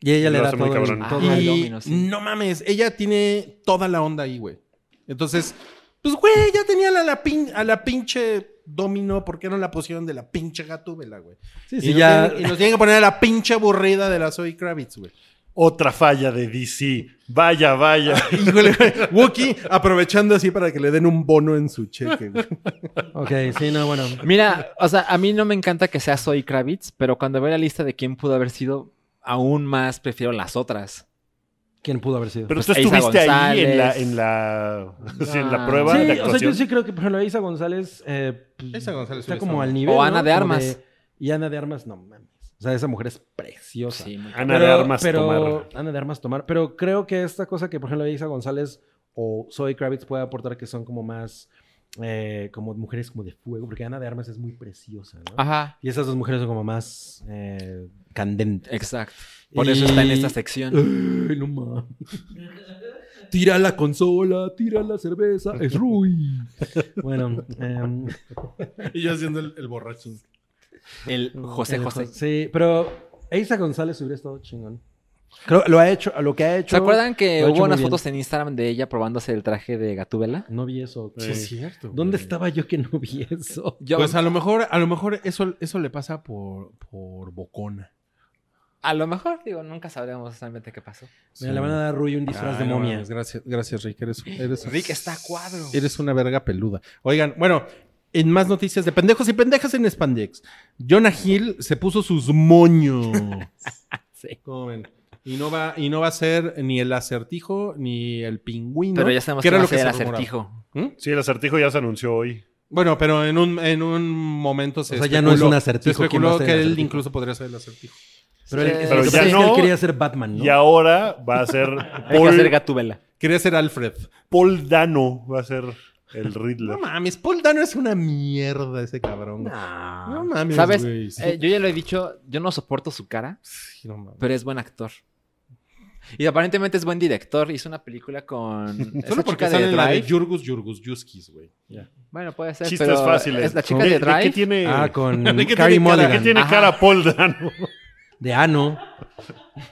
Y ella Lo le da hace muy todo, el- cabrón. todo Y el- Domino, Ah, sí. no mames, ella tiene toda la onda ahí, güey. Entonces, pues, güey, ya tenían a la, pin- a la pinche Domino, ¿por qué no la pusieron de la pinche Gatúbela, güey? Sí, Y, sí, nos ya... tienen, y nos tienen que poner a la pinche aburrida de la Zoe Kravitz, <laughs> güey. Otra falla de DC. Vaya, <laughs> vaya. Híjole, güey. Wookie aprovechando así para que le den un bono en su cheque, güey. Ok, sí, no, bueno. Mira, o sea, a mí no me encanta que sea Soy Kravitz, pero cuando veo la lista de quién pudo haber sido, aún más prefiero las otras. ¿Quién pudo haber sido? Pero Pues tú Eiza estuviste ahí en la, González. en la, sí, en la Ah. prueba Sí, de o sea, actuación. yo sí creo que, por ejemplo, Isa González, eh, pues, Eiza González está hubiera como estado al bien. nivel. O ¿no? Ana de Como Armas. y Ana de Armas, no mames. O sea, esa mujer es preciosa. Sí, muy- Ana de Pero- Armas pero, Tomar. Ana de Armas Tomar. Pero creo que esta cosa que, por ejemplo, Isa González o Zoe Kravitz puede aportar que son como más, eh, como mujeres como de fuego, porque Ana de Armas es muy preciosa, ¿no? Ajá, Y esas dos mujeres son como más eh, candentes. exacto. Por Y- eso está en esta sección. Ay, no mames. Tira la consola, tira la cerveza, es Rui. Bueno, em, Y yo haciendo el, el borracho. El José el José. eh, Sí, pero Eiza González hubiera estado chingón. Creo, lo, ha hecho, lo que ha hecho. ¿Se acuerdan que lo ha hecho hubo muy unas bien. fotos en Instagram de ella probándose el traje de Gatúbela? No vi eso. Sí, es cierto. ¿Dónde estaba yo que no vi eso? Yo, Pues a lo mejor, a lo mejor eso, eso le pasa por, por bocona. a lo mejor, digo, nunca sabremos realmente qué pasó. Mira, le van a dar a Rui un Ah, disfraz de Ay, no momia. mames, gracias, gracias, Rick. Eres, eres- Rick está a cuadro. Eres una verga peluda. Oigan, bueno, en más noticias de pendejos y pendejas en Spandex. Jonah Hill se puso sus <laughs> moños. Sí. ¿Cómo ven? Y no, va, y no va a ser ni el acertijo ni el pingüino. Pero ya sabemos que que era va a lo que ser el se rumoraba. acertijo. ¿Mm? Sí, el acertijo ya se anunció hoy. Bueno, pero en un, en un momento se O sea, ya no es un acertijo, Se ¿quién va a especuló ser que el él acertijo? incluso podría ser el acertijo. Pero, él, Sí. Pero lo que ya pasa es que no. él quería ser Batman, ¿no? Y ahora va a ser <laughs> Hay que hacer Paul, Gatúbela. Quería ser Alfred. Paul Dano, va a ser el Riddler. No mames, Paul Dano es una mierda ese cabrón. güey. Nah. No mames, ¿Sabes? güey, sí. Eh, yo ya lo he dicho, yo no soporto su cara, Sí, no mames. pero es buen actor. Y aparentemente es buen director. Hizo una película con. <laughs> Solo esa porque chica sale en la de Drive. Yurgus Yurgus Yuskis, güey. Bueno, puede ser. Chistes pero fáciles. Es la chica ¿Qué- de de Drive. qué tiene, Ah, <laughs> con ¿De qué Carey tiene cara? ¿qué Mulligan. tiene Ajá. cara Paul Dano? De Ano.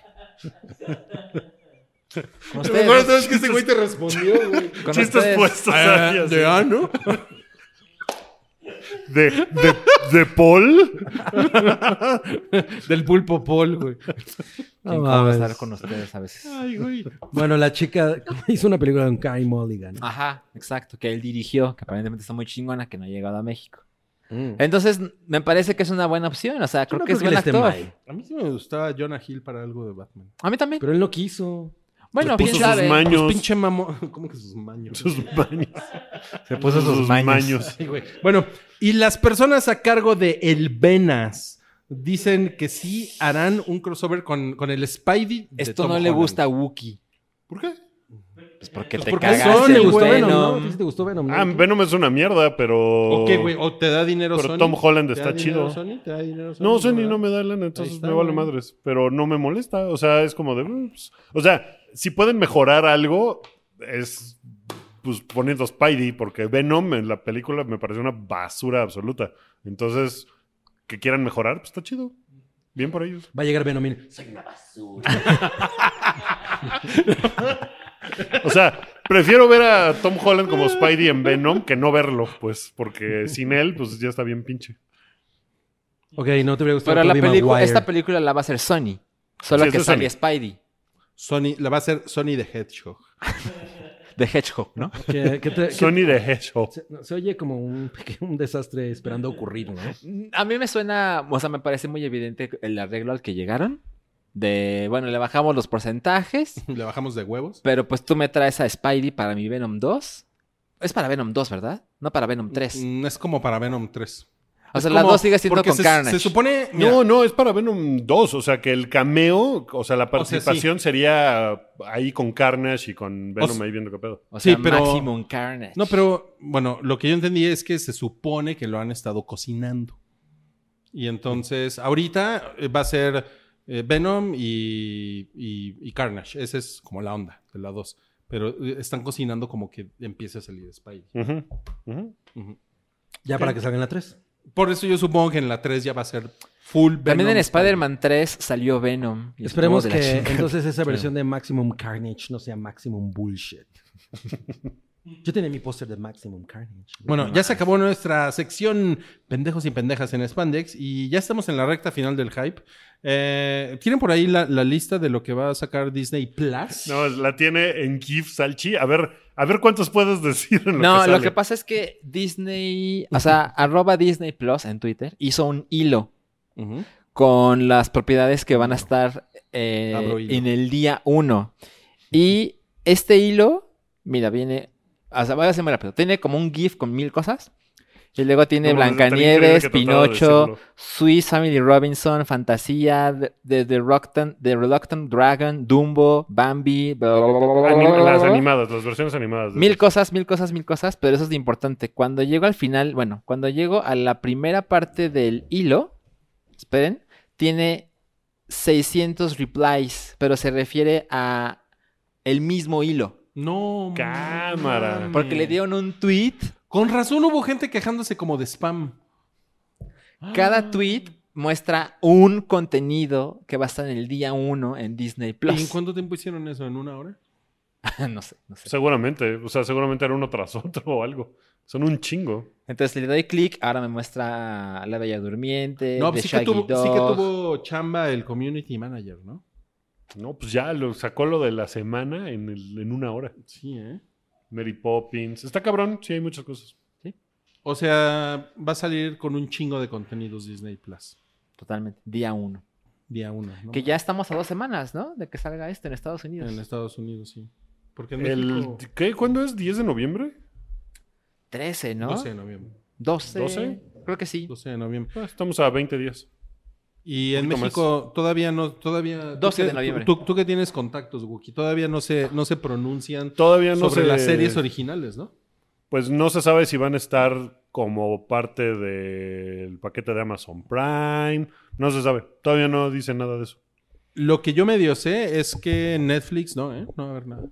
<laughs> Con Lo ustedes, mejor es que ese güey te respondió, güey. con Chistes ustedes. puestos. Ah, así, así. ¿De ano? De, de, de Paul. Del pulpo Paul, güey. No Qué incómodo mames. estar con ustedes a veces. Ay, güey. Bueno, la chica <laughs> hizo una película con Carey Mulligan. Ajá, exacto, que él dirigió, que aparentemente está muy chingona, que no ha llegado a México. Mm. Entonces, me parece que es una buena opción, o sea, Yo creo no que es él buen esté actor. mal, A mí sí me gustaba Jonah Hill para algo de Batman. A mí también. Pero él no quiso. bueno, puso quién sus sabe. manos. Maños. Pues pinche mamón. <laughs> ¿Cómo que sus maños? Sus maños. Se Puso sus maños. Sí, güey. Bueno, y las personas a cargo de El Venas dicen que sí harán un crossover con, con el Spidey. de Esto Tom no le Holland. gusta a Wookie. ¿Por qué? Pues porque Pues te porque cagaste son, ¿Te el en gustó Venom, Venom. no? ¿A ti sí te gustó Venom? no? Ah, Venom es una mierda, pero. Ok, güey, o te da dinero Pero Sony. Tom Holland ¿Te está da chido. dinero Sony? ¿Te da dinero Sony? No, Sony ¿verdad? no me da lana, entonces está, me vale güey. madres. Pero no me molesta. O sea, es como de. mm, pues, O sea, si pueden mejorar algo, es pues poniendo Spidey, porque Venom en la película me pareció una basura absoluta. Entonces, que quieran mejorar, pues está chido. Bien por ellos. Va a llegar Venom. y- O sea, prefiero ver a Tom Holland como Spidey en Venom que no verlo, pues, porque sin él, pues ya está bien pinche. Ok, no te hubiera gustado Pero la "Pues Tobey película- Maguire. esta película la va a hacer Sony. Solo Sí, que es de Sony. sale Spidey. Sony, la va a hacer Sony de Hedgehog. De Hedgehog, ¿no? <laughs> Que- que te- que- Sony de Hedgehog. se, no, se oye como un, <laughs> un desastre esperando ocurrir, ¿no? A mí me suena, o sea, me parece muy evidente el arreglo al que llegaron. De, bueno, le bajamos los porcentajes. Le bajamos de huevos. Pero pues tú me traes a Spidey para mi Venom 2. Es para Venom 2, ¿verdad? No para Venom 3. Mm, Es como para Venom 3. O Es sea, la como- 2 sigue siendo porque con se, Carnage. Se supone. No, no, es para Venom 2. O sea, que el cameo, o sea, la O sea, sí. participación sería ahí con Carnage y con Venom sea- ahí viendo qué pedo. O sea, Sí, pero- Maximum Carnage. No, pero bueno, lo que yo entendí es que se supone que lo han estado cocinando. Y entonces, ahorita eh, va a ser eh, Venom y, y- y Carnage. Esa es como la onda de la 2. Pero eh, están cocinando como que empiece a salir Spidey. Ujú, ujú. Ujú. Ya para que salga en la 3. Por eso yo supongo que en la 3 ya va a ser full Venom. También en Spider-Man 3 salió Venom. Y Esperemos estuvo de la que chingada. entonces esa versión de Maximum Carnage no sea Maximum <laughs> Bullshit. Yo tenía mi póster de Maximum Carnage. Bueno, ya se acabó nuestra sección pendejos y pendejas en Spandex y ya estamos en la recta final del hype. Eh, ¿Tienen por ahí la, la lista de lo que va a sacar Disney Plus? No, la tiene en GIF Salchi. A ver, a ver cuántos puedes decir en lo No, que lo sale. que pasa es que Disney, o sea, arroba Disney Plus en Twitter hizo un hilo Ujú. con las propiedades que van a estar eh, Abro hilo. en el día 1. Y este hilo, mira, viene. O sea, voy a hacer muy rápido. Tiene como un GIF con mil cosas. Y luego tiene No mames, está bien Blancanieves, increíble que trataba de Pinocho, decirlo. Swiss Family Robinson, Fantasía, The, The- The Reluctant, The Reluctant Dragon, Dumbo, Bambi, bla, bla, bla, bla, bla, Anim- las bla, bla, bla. animadas, las versiones animadas. de Mil esas. cosas, mil cosas, mil cosas, pero eso es lo importante. Cuando llego al final, bueno, cuando llego a la primera parte del hilo, esperen, tiene 600 replies, pero se refiere a el mismo hilo. No. Cámara. mames. Porque le dieron un tweet, Con razón hubo gente quejándose como de spam. Ah. cada tweet muestra un contenido que va a estar en el día uno en Disney ¿Y en <laughs> Plus. Ah, cuánto tiempo hicieron eso? ¿En una hora? no sé, no sé. Seguramente, o sea, seguramente era uno tras <laughs> otro o algo. Son un chingo. Entonces le doy clic, ahora me muestra La Bella Durmiente, No, The pues sí que, Eh, Shaggy tuvo, sí que Dog. tuvo chamba el community manager, ¿no? No, pues ya lo sacó lo de la semana en, el- en una hora. Sí, ¿eh? Mary Poppins. Está cabrón, sí, hay muchas cosas. O sea, va a salir con un chingo de contenidos Disney Plus. Totalmente, día uno. Día uno. ¿no? Que ya estamos a dos semanas, ¿no? De que salga esto en Estados Unidos. En Estados Unidos, sí. Porque en El, México... ¿qué? ¿Cuándo es? ¿10 de noviembre? 13, ¿no? 12 de noviembre. 12. 12. Creo que sí. 12 de noviembre. Ah, estamos a 20 días. Y en poquito México todavía no... Todavía, tú 12 de que- noviembre. Tú, tú que tienes contactos, Wookie, todavía no se, no se pronuncian Todavía no sobre se- las series originales, ¿no? Pues no se sabe si van a estar como parte del paquete de Amazon Prime. No se sabe. Todavía no dicen nada de eso. Lo que yo medio sé es que Netflix no, ¿eh? No va a haber nada.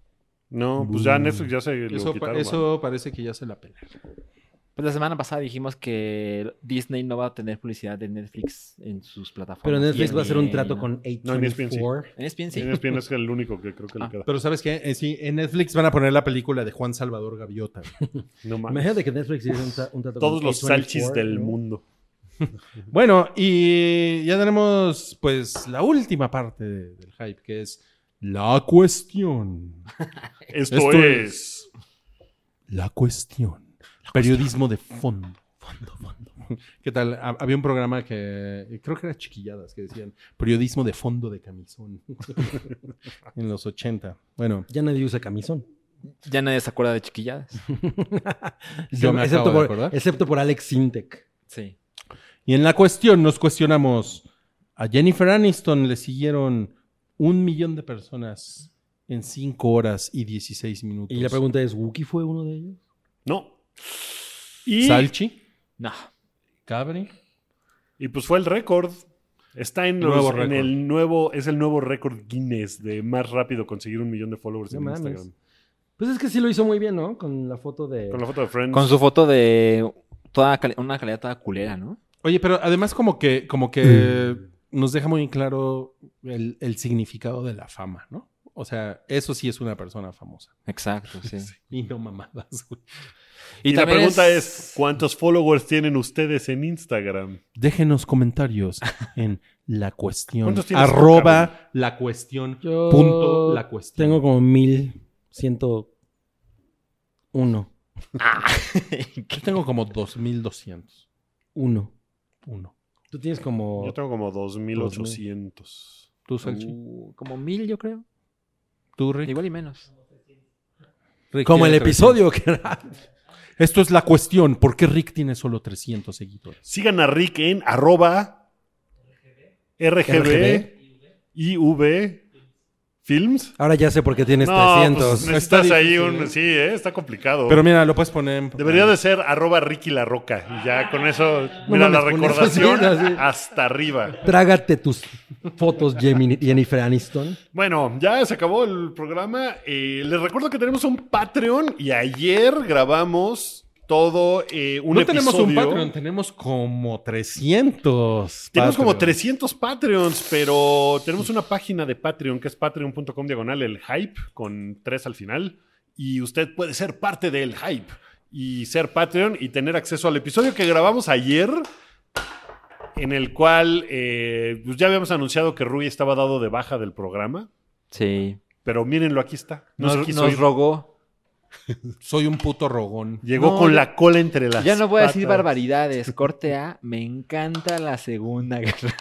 No, pues ya Netflix ya se lo Eso, pa- quitaron. <laughs> ¿no? eso parece que ya se la pela. Pues la semana pasada dijimos que Disney no va a tener publicidad de Netflix en sus plataformas. Pero Netflix Y va a hacer en- un trato con No, en ESPN sí. 824. En ESPN sí. Y ESPN es el único que creo que Ah, le queda. Pero ¿sabes qué? Eh, sí, en Netflix van a poner la película de Juan <laughs> Salvador Gaviota. güey. No mames. Imagínate que Netflix hiciera un, tra- un trato con Todos los 824, salchis del ¿no? mundo. bueno, y ya tenemos pues la última parte de- del hype, que es la cuestión. Esto, Esto es... La cuestión. Periodismo de fondo. Fondo, fondo. ¿Qué tal? Ha- Había un programa que creo que era chiquilladas que decían periodismo de fondo de camisón <laughs> en los 80. Bueno, Ya nadie usa camisón. Ya nadie se acuerda de chiquilladas. <laughs> Yo me acabo excepto, de por, acordar. excepto por Alex Sintek. Sí. Y en la cuestión nos cuestionamos, a Jennifer Aniston le siguieron un millón de personas en 5 horas y 16 minutos. Y la pregunta es, ¿Wookie fue uno de ellos? No. Y... Salchi, No. Cabri. Y pues fue el récord. Está en, los- Nuevo en récord. el nuevo, es el nuevo récord Guinness de más rápido conseguir un millón de followers No en mames. Instagram. Pues es que sí lo hizo muy bien, ¿no? Con la foto de... Con la foto de Friends. Con su foto de toda cali- una calidad toda culera, ¿no? Oye, pero además como que, como que nos deja muy en claro el, el significado de la fama, ¿no? O sea, eso sí es una persona famosa. Exacto, <laughs> sí. Y no mamadas, güey. y la también pregunta <laughs> es... ¿cuántos followers tienen ustedes en Instagram? Déjenos <laughs> comentarios en la cuestión. ¿Cuántos tienes tú, Arroba la cuestión. Yo Punto la cuestión. Tengo como 1101. Yo tengo como 2200. Uno. Uno. Tú tienes como... Yo tengo como 2,800. ¿Tú, Salchi? Uh, como mil, yo creo. ¿Tú, Rick? Igual y menos. Rick Como el tiene episodio que era... 300. Esto es la cuestión. ¿Por qué Rick tiene solo 300 seguidores? Sigan a Rick en arroba RGB, IV Films. Ahora ya sé por qué tienes No, pues 300. necesitas Está ahí difícil, un... ¿eh? Sí, ¿eh? está complicado. Pero mira, lo puedes poner en... Debería de ser arroba Ricky La Roca. Y ya con eso, mira mames, la con eso recordación sí, así. hasta arriba. Trágate tus fotos, Jemini- Jennifer Aniston. Bueno, ya se acabó el programa. Eh, les recuerdo que tenemos un Patreon y ayer grabamos todo eh, un no episodio. tenemos un Patreon, tenemos como 300. Tenemos como Patreons. 300 Patreons, pero tenemos una página de Patreon que es patreon.com diagonal el hype con 3 al final. Y usted puede ser parte del hype y ser Patreon y tener acceso al episodio que grabamos ayer, en el cual eh, pues ya habíamos anunciado que Rui estaba dado de baja del programa. Sí. Pero mírenlo, aquí está. No se Nos, quiso nos ir. rogó. Soy un puto rogón. Llegó No, con ya- la cola entre las Ya no voy a decir patas. barbaridades. Corte A. Me encanta la Segunda <laughs> Guerra.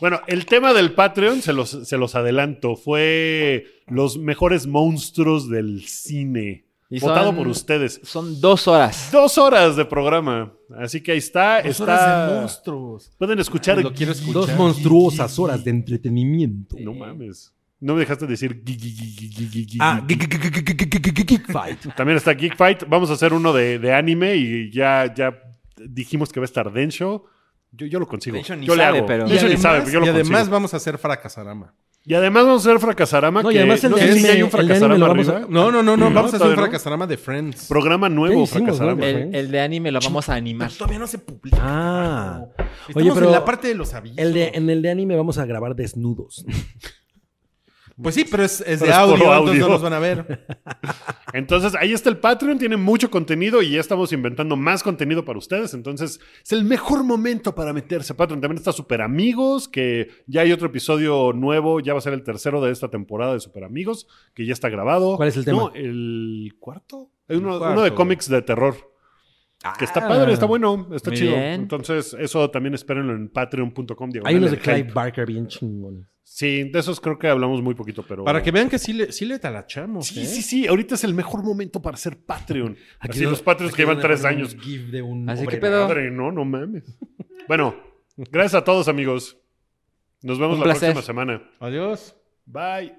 Bueno, el tema del Patreon, se los, se los adelanto, fue los mejores monstruos del cine. Y votado son- por ustedes. Son dos horas. Dos horas de programa. Así que ahí está. Dos está... horas de monstruos. Pueden escuchar. Lo quiero escuchar. Dos monstruosas horas de entretenimiento. No mames. No me dejaste decir. gui, gui, gui, gui, gui, gui, gui. Ah, Geek- Geek- Geek- Geek- Geek- Geek- Geek- Geek Fight. También está Geek Fight. Vamos a hacer uno de, de anime y ya, ya dijimos que va a estar Densho. Yo, yo lo consigo. Densho ni yo sabe, le hago. pero- Densho Y ni sabe, además, pero yo lo y además consigo. vamos a hacer fracasarama. Y además vamos a hacer fracasarama. No, y que- además el no de sé si anime- hay un el de anime lo fracasarama vamos a- arriba. No, no, no, no. No, Vamos a hacer un todavía no. fracasarama de Friends. Programa nuevo, hicimos, fracasarama. güey? Eh. El, el de anime lo vamos a animar. todavía no se publica. Ah. Estamos Oye, pero en la parte de los avisos. el de, en el de anime vamos a grabar desnudos. Pues sí, pero es, es de Pero es audio, puro entonces audio. no los van a ver. Entonces, ahí está el Patreon, tiene mucho contenido y ya estamos inventando más contenido para ustedes. Entonces, es el mejor momento para meterse a Patreon. También está Super Amigos, que ya hay otro episodio nuevo, ya va a ser el tercero de esta temporada de Super Amigos, que ya está grabado. ¿Cuál es el tema? No, el cuarto. Hay El uno, cuarto, uno de güey. cómics de terror. Que está Ah. padre, está bueno, está Muy chido. bien. Entonces, eso también espérenlo en patreon.com. Hay unos diagonal de el Clive hype. Barker bien chingones. Sí, de esos creo que hablamos muy poquito, pero. <laughs> Para que vean que sí le, sí le talachamos. Sí, ¿eh? sí, sí. Ahorita es el mejor momento para ser Patreon. Así no- los Patreons que llevan tres años. GIF de un Así que hombre pedo. Madre, no, no mames. Bueno, gracias a todos, amigos. Nos vemos Un la placer. próxima semana. Adiós. Bye.